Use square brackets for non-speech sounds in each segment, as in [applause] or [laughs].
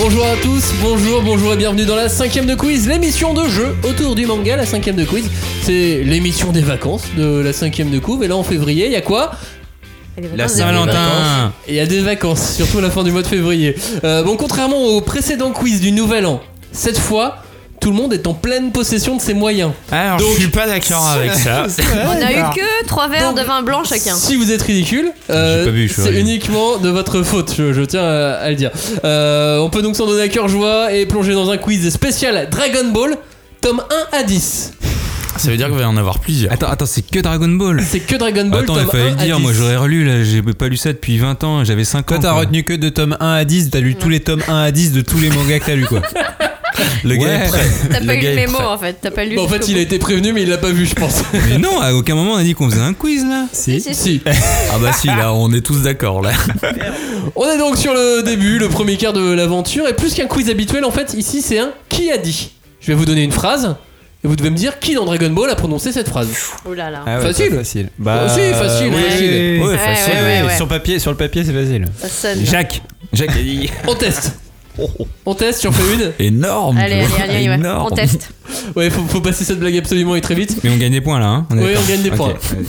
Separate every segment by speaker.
Speaker 1: Bonjour à tous, bonjour, bonjour et bienvenue dans la cinquième de quiz, l'émission de jeu autour du manga, la cinquième de quiz. C'est l'émission des vacances de la cinquième de couve. Et là en février, il y a quoi
Speaker 2: La
Speaker 1: vacances.
Speaker 2: Saint-Valentin
Speaker 1: Il y a des vacances, [laughs] surtout à la fin du mois de février. Euh, bon, contrairement au précédent quiz du Nouvel An, cette fois, tout le monde est en pleine possession de ses moyens.
Speaker 3: Ah,
Speaker 2: Alors,
Speaker 1: Donc-
Speaker 2: je suis pas d'accord avec ça.
Speaker 4: On a eu que trois verres de vin blanc chacun.
Speaker 1: Si vous êtes ridicule, euh,
Speaker 2: J'ai pas bu, je suis
Speaker 1: c'est
Speaker 2: horrible.
Speaker 1: uniquement de votre faute, je, je tiens à, à le dire. Euh, on peut donc s'en donner à cœur joie et plonger dans un quiz spécial Dragon Ball, tome 1 à 10.
Speaker 2: Ça veut dire qu'il va y en avoir plusieurs.
Speaker 5: Attends, attends, c'est que Dragon Ball.
Speaker 1: C'est que Dragon Ball,
Speaker 5: Attends,
Speaker 1: tome
Speaker 5: il fallait
Speaker 1: 1
Speaker 5: le
Speaker 1: à
Speaker 5: dire,
Speaker 1: 10.
Speaker 5: moi j'aurais relu, là, j'ai pas lu ça depuis 20 ans, j'avais 5 ans.
Speaker 3: Toi, t'as
Speaker 5: quoi.
Speaker 3: retenu que de tomes 1 à 10, t'as lu tous les tomes 1 à 10 de tous les mangas que t'as lu, quoi.
Speaker 5: Le gars
Speaker 3: Ouais.
Speaker 5: est prêt.
Speaker 4: T'as
Speaker 5: Le
Speaker 4: pas
Speaker 5: gars
Speaker 4: eu
Speaker 5: est
Speaker 4: le mémo
Speaker 5: prêt.
Speaker 4: en fait. T'as pas lu.
Speaker 1: Bon, en fait, il a été prévenu, mais il l'a pas vu, je pense.
Speaker 5: Mais non, à aucun moment on a dit qu'on faisait un quiz là.
Speaker 4: Si, si, si.
Speaker 1: si.
Speaker 5: Ah bah si, là on est tous d'accord là.
Speaker 1: On est donc sur le début, le premier quart de l'aventure, et plus qu'un quiz habituel, en fait, ici c'est un qui a dit. Je vais vous donner une phrase, et vous devez me dire qui dans Dragon Ball a prononcé cette phrase.
Speaker 4: Oh là là.
Speaker 3: Ah
Speaker 1: Facile.
Speaker 3: pas facile. Bah,
Speaker 1: si, facile,
Speaker 3: oui.
Speaker 1: facile.
Speaker 3: Ouais,
Speaker 4: Ouais,
Speaker 3: facile.
Speaker 4: ouais, ouais, ouais.
Speaker 3: Sur, papier, sur le papier, c'est facile.
Speaker 4: Ça sonne.
Speaker 5: Jacques. Jacques a dit
Speaker 1: On teste. On teste, j'en fais une.
Speaker 5: énorme.
Speaker 4: Allez, allez, allez, ouais.
Speaker 5: énorme.
Speaker 4: on teste.
Speaker 1: Ouais, faut, faut passer cette blague absolument et très vite.
Speaker 5: Mais on gagne des points là. Hein.
Speaker 1: Oui,
Speaker 5: est
Speaker 1: on gagne des
Speaker 5: d'accord.
Speaker 1: points.
Speaker 5: Ok.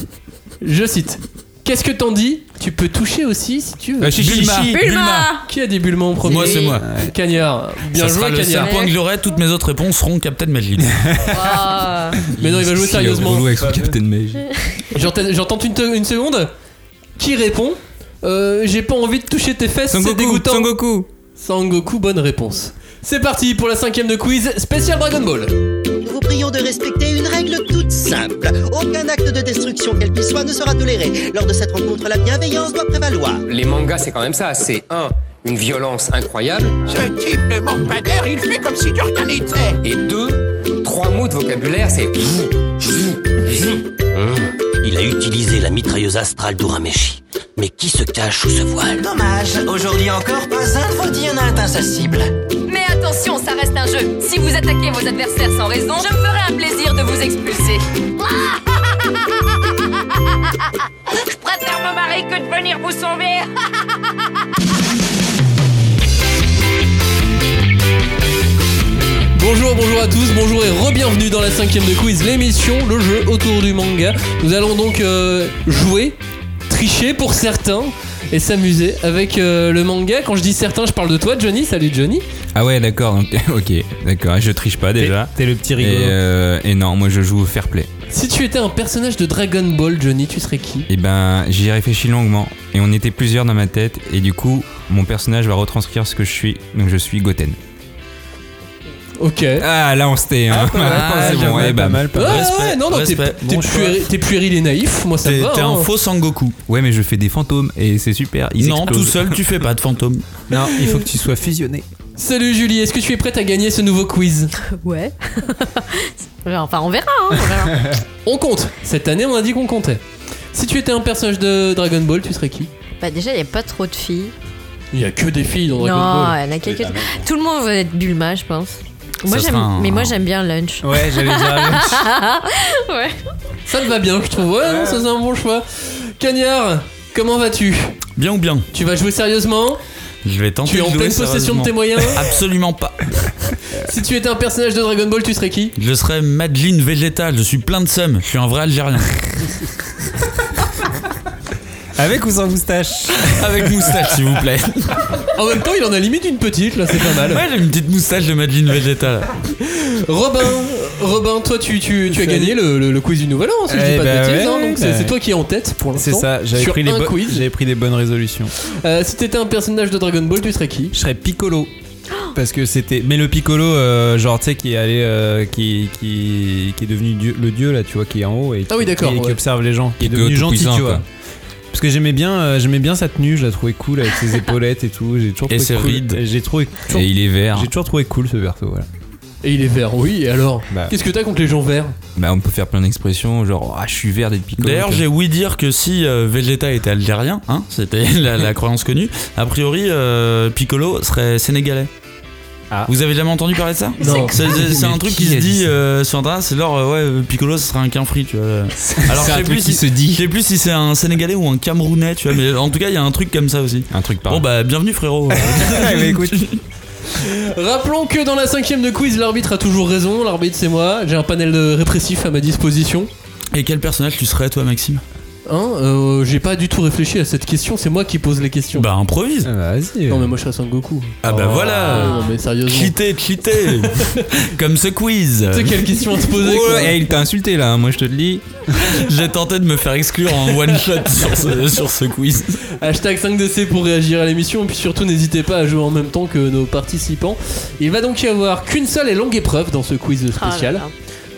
Speaker 1: Je cite. Qu'est-ce que t'en dis Tu peux toucher aussi si tu veux.
Speaker 5: Euh, Chichi,
Speaker 2: Bulma.
Speaker 5: Chichi.
Speaker 4: Bulma
Speaker 1: Qui a dit Bulma en premier
Speaker 2: Moi, c'est moi.
Speaker 1: Cagnard. Bien
Speaker 2: ça
Speaker 1: joué,
Speaker 2: sera le
Speaker 1: Cagnard.
Speaker 2: seul point que j'aurai, toutes mes autres réponses seront Captain Magic.
Speaker 4: Ah.
Speaker 1: Mais non, il va jouer
Speaker 5: Si,
Speaker 1: sérieusement.
Speaker 5: relou avec son Captain Magic.
Speaker 1: J'entends j'entends une, te- une seconde. Qui répond Euh, J'ai pas envie de toucher tes fesses, c'est
Speaker 5: Sangoku,
Speaker 1: dégoûtant.
Speaker 5: Sangoku.
Speaker 1: Sangoku, bonne réponse. C'est parti pour la cinquième de quiz spécial Dragon Ball.
Speaker 6: Nous vous prions de respecter une règle toute simple. Aucun acte de destruction, quel qu'il soit, ne sera toléré. Lors de cette rencontre, la bienveillance doit prévaloir.
Speaker 7: Les mangas, c'est quand même ça. C'est un, une violence incroyable.
Speaker 8: Ce type ne manque pas d'air, il fait comme si de rien n'était.
Speaker 7: Et deux, trois mots de vocabulaire, c'est.
Speaker 9: Il a utilisé la mitrailleuse astrale d'Urameshi. Mais qui se cache sous ce voile
Speaker 6: Dommage, aujourd'hui encore, pas un de vos dix n'a atteint sa cible.
Speaker 10: Mais attention, ça reste un jeu. Si vous attaquez vos adversaires sans raison, je me ferai un plaisir de vous expulser. je préfère me marier que de venir vous sauver.
Speaker 1: Bonjour, bonjour à tous, bonjour et re-bienvenue dans la cinquième de quiz, l'émission, le jeu autour du manga. Nous allons donc euh, jouer, tricher pour certains et s'amuser avec euh, le manga. Quand je dis certains, je parle de toi, Johnny. Salut, Johnny.
Speaker 5: Ah ouais, d'accord. donc- Ok, [laughs] d'accord. Ah, Je triche pas déjà.
Speaker 3: T'es le petit rigolo.
Speaker 5: Et, euh, et non, moi je joue au fair play.
Speaker 1: Si tu étais un personnage de Dragon Ball, Johnny, tu serais qui
Speaker 5: Et ben, j'y ai réfléchi longuement. Et on était plusieurs dans ma tête. Et du coup, mon personnage va retranscrire ce que je suis. Donc je suis Goten.
Speaker 1: Ok.
Speaker 5: Ah, là on se tait.
Speaker 3: [laughs]
Speaker 5: Hein. [laughs] Ah, c'est bon,
Speaker 3: ouais,
Speaker 5: et
Speaker 3: pas
Speaker 5: bam.
Speaker 3: mal, pas
Speaker 1: Ouais,
Speaker 3: mal.
Speaker 2: respect,
Speaker 1: ouais, non, non, t'es
Speaker 2: respect.
Speaker 1: t'es
Speaker 2: Bon
Speaker 1: puéri- t'es puéril et naïf, moi ça me
Speaker 2: T'es
Speaker 1: va.
Speaker 2: t'es
Speaker 1: hein.
Speaker 2: un faux Sangoku.
Speaker 5: Ouais, mais je fais des fantômes. Et c'est super. Ils
Speaker 2: non,
Speaker 5: explosent.
Speaker 2: tout seul, tu fais pas de fantôme.
Speaker 3: Non, il faut que tu sois fusionné.
Speaker 1: Salut Julie, est-ce que tu es prête à gagner ce nouveau quiz
Speaker 4: Ouais. [laughs] enfin, on verra. Hein, on verra.
Speaker 1: On compte Cette année, on a dit qu'on comptait. Si tu étais un personnage de Dragon Ball, tu serais qui
Speaker 4: Bah, déjà, il n'y a pas trop de filles.
Speaker 1: Il y a que des filles dans
Speaker 4: Non, il y
Speaker 1: Dragon Ball.
Speaker 4: en a quelques. Tout le monde veut être Bulma, je pense. Moi,
Speaker 5: Ça
Speaker 4: j'aime...
Speaker 5: sera un-
Speaker 4: Mais moi, j'aime bien Lunch.
Speaker 2: [laughs]
Speaker 3: Ouais, j'allais dire.
Speaker 4: ouais.
Speaker 1: Ça te va bien, je trouve. Ouais, non, ça c'est un bon choix. Cagnard, comment vas-tu
Speaker 2: Bien ou bien
Speaker 1: Tu vas jouer sérieusement
Speaker 2: Je vais tenter
Speaker 1: Tu es
Speaker 2: de
Speaker 1: en
Speaker 2: jouer
Speaker 1: pleine possession de tes
Speaker 2: sérieusement.
Speaker 1: moyens
Speaker 2: Absolument pas.
Speaker 1: Si tu étais un personnage de Dragon Ball, tu serais qui
Speaker 2: Je serais Madeleine végétale, je suis plein de seum, je suis un vrai [laughs] Algérien.
Speaker 3: Avec ou sans moustache
Speaker 2: Avec moustache, s'il vous plaît.
Speaker 1: En même temps, Ah il en a limite une petite, là, c'est pas mal.
Speaker 2: [laughs] Ouais, j'ai une petite moustache de Madeleine végétale.
Speaker 1: Robin, Robin, toi, tu, tu, tu as gagné le, le- le quiz du Nouvel An, si je dis
Speaker 3: Eh
Speaker 1: pas de
Speaker 3: bah
Speaker 2: ben
Speaker 1: bêtises.
Speaker 3: ouais,
Speaker 1: hein, donc,
Speaker 3: bah
Speaker 1: c'est c'est
Speaker 3: ouais.
Speaker 1: toi qui es en tête pour l'instant.
Speaker 3: C'est ça, j'avais
Speaker 1: Sur
Speaker 3: pris, les
Speaker 1: un
Speaker 3: bo-
Speaker 1: quiz.
Speaker 3: j'avais pris des bonnes résolutions.
Speaker 1: Euh, si t'étais un personnage de Dragon Ball, tu serais qui
Speaker 3: Je serais Piccolo. Parce que c'était. Mais le Piccolo, euh, genre, tu sais, qui est allé. euh, qui, qui, qui est devenu dieu- le dieu, là, tu vois, qui est en haut et qui,
Speaker 1: Ah oui, d'accord,
Speaker 3: qui- qui
Speaker 1: ouais.
Speaker 3: observe les gens. Qui est
Speaker 5: Piccolo
Speaker 3: devenu
Speaker 5: tout
Speaker 3: gentil,
Speaker 5: puissant,
Speaker 3: tu vois.
Speaker 5: quoi.
Speaker 3: Parce que j'aimais bien, euh, j'aimais bien sa tenue, je la trouvais cool avec ses épaulettes et tout. J'ai toujours
Speaker 2: Et
Speaker 3: trouvé
Speaker 2: ses
Speaker 3: cool.
Speaker 2: rides.
Speaker 3: J'ai trouvé- toujours,
Speaker 5: Et il est vert.
Speaker 3: j'ai toujours trouvé cool ce perso, voilà.
Speaker 1: Et il est vert, oui, et alors
Speaker 3: Bah.
Speaker 1: Qu'est-ce que t'as contre les gens verts
Speaker 5: Bah, on peut faire plein d'expressions. Genre, ah, je suis vert d'être piccolo.
Speaker 2: D'ailleurs, j'ai ouï dire que si euh, Vegeta était algérien, hein, c'était [laughs] la, la croyance connue, a priori euh, Piccolo serait sénégalais.
Speaker 3: Ah.
Speaker 2: Vous avez jamais entendu parler de ça
Speaker 1: Non.
Speaker 2: C'est c'est- c'est
Speaker 5: Mais
Speaker 2: un truc
Speaker 5: qui
Speaker 2: qui se
Speaker 5: a dit
Speaker 2: dit
Speaker 5: ça
Speaker 2: euh, sur Internet, c'est genre euh, ouais Piccolo ce serait un quinfri tu vois. Alors je
Speaker 5: C'est un
Speaker 2: sais
Speaker 5: truc
Speaker 2: plus
Speaker 5: qui
Speaker 2: si
Speaker 5: se
Speaker 2: je
Speaker 5: dit.
Speaker 2: [laughs] sais plus si c'est un sénégalais ou un camerounais tu vois, mais en tout cas il y a un truc comme ça aussi.
Speaker 5: Un truc par [laughs]
Speaker 2: Bon bah bienvenue frérot.
Speaker 3: Ouais, bah écoute.
Speaker 1: Rappelons que dans la cinquième de quiz, l'arbitre a toujours raison. L'arbitre, c'est moi. J'ai un panel de répressif à ma disposition.
Speaker 2: Et quel personnage tu serais, toi, Maxime
Speaker 1: Hein euh, J'ai pas du tout réfléchi à cette question. C'est moi qui pose les questions.
Speaker 2: Bah, improvise.
Speaker 3: Ah, Vas-y.
Speaker 1: Non, mais moi, je serais Son Goku.
Speaker 2: Ah, bah
Speaker 1: Oh,
Speaker 2: voilà.
Speaker 1: Non, mais
Speaker 3: Oh.
Speaker 1: sérieusement.
Speaker 2: Clité,
Speaker 3: [laughs]
Speaker 2: clité. Comme ce quiz.
Speaker 1: Tu sais quelle question à se poser
Speaker 3: Oh,
Speaker 1: quoi.
Speaker 3: eh, il t'a insulté là, hein, moi je te
Speaker 2: [laughs]
Speaker 3: le dis.
Speaker 2: J'ai tenté de me faire exclure en one shot [laughs] sur ce, sur ce quiz.
Speaker 1: Hashtag 5DC pour réagir à l'émission et puis surtout n'hésitez pas à jouer en même temps que nos participants. Il va donc y avoir qu'une seule et longue épreuve dans ce quiz
Speaker 4: Ah là
Speaker 1: spécial.
Speaker 4: là.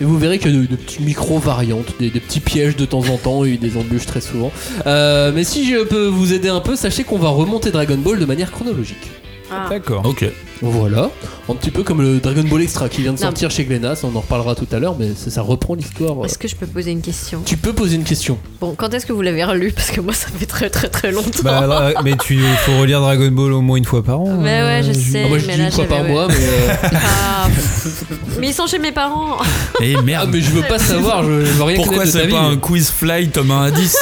Speaker 1: Et vous verrez qu'il y a de, de petites micro-variantes, des, des petits pièges de temps en temps et des embûches très souvent. Euh, mais si je peux vous aider un peu, sachez qu'on va remonter Dragon Ball de manière chronologique.
Speaker 4: Ah.
Speaker 3: euh, D'accord.
Speaker 2: Ok.
Speaker 1: Voilà, un petit peu comme le Dragon Ball Extra qui vient de
Speaker 4: Non.
Speaker 1: sortir chez Glénas, on en reparlera tout à l'heure, mais ça, ça reprend l'histoire.
Speaker 4: Est-ce que je peux poser une question
Speaker 1: Tu peux poser une question.
Speaker 4: Bon, quand est-ce que vous l'avez relu Parce que moi, ça fait très très très longtemps.
Speaker 3: Bah, dra- mais tu faut relire Dragon Ball au moins une fois par an.
Speaker 4: mais ouais, je
Speaker 3: euh,
Speaker 4: sais.
Speaker 1: Ah, moi je
Speaker 4: mais
Speaker 1: dis
Speaker 4: là,
Speaker 1: une fois
Speaker 4: j'avais-
Speaker 1: par
Speaker 4: ouais.
Speaker 1: mois, mais, euh,
Speaker 4: [laughs] Ah, pff. mais ils sont chez mes parents.
Speaker 2: Et
Speaker 1: ah,
Speaker 2: Eh, merde.
Speaker 1: mais je veux pas savoir, je, je veux rien
Speaker 2: Pourquoi
Speaker 1: connaître de ta
Speaker 2: c'est
Speaker 1: vie.
Speaker 2: pas un quiz fly tome 1 à 10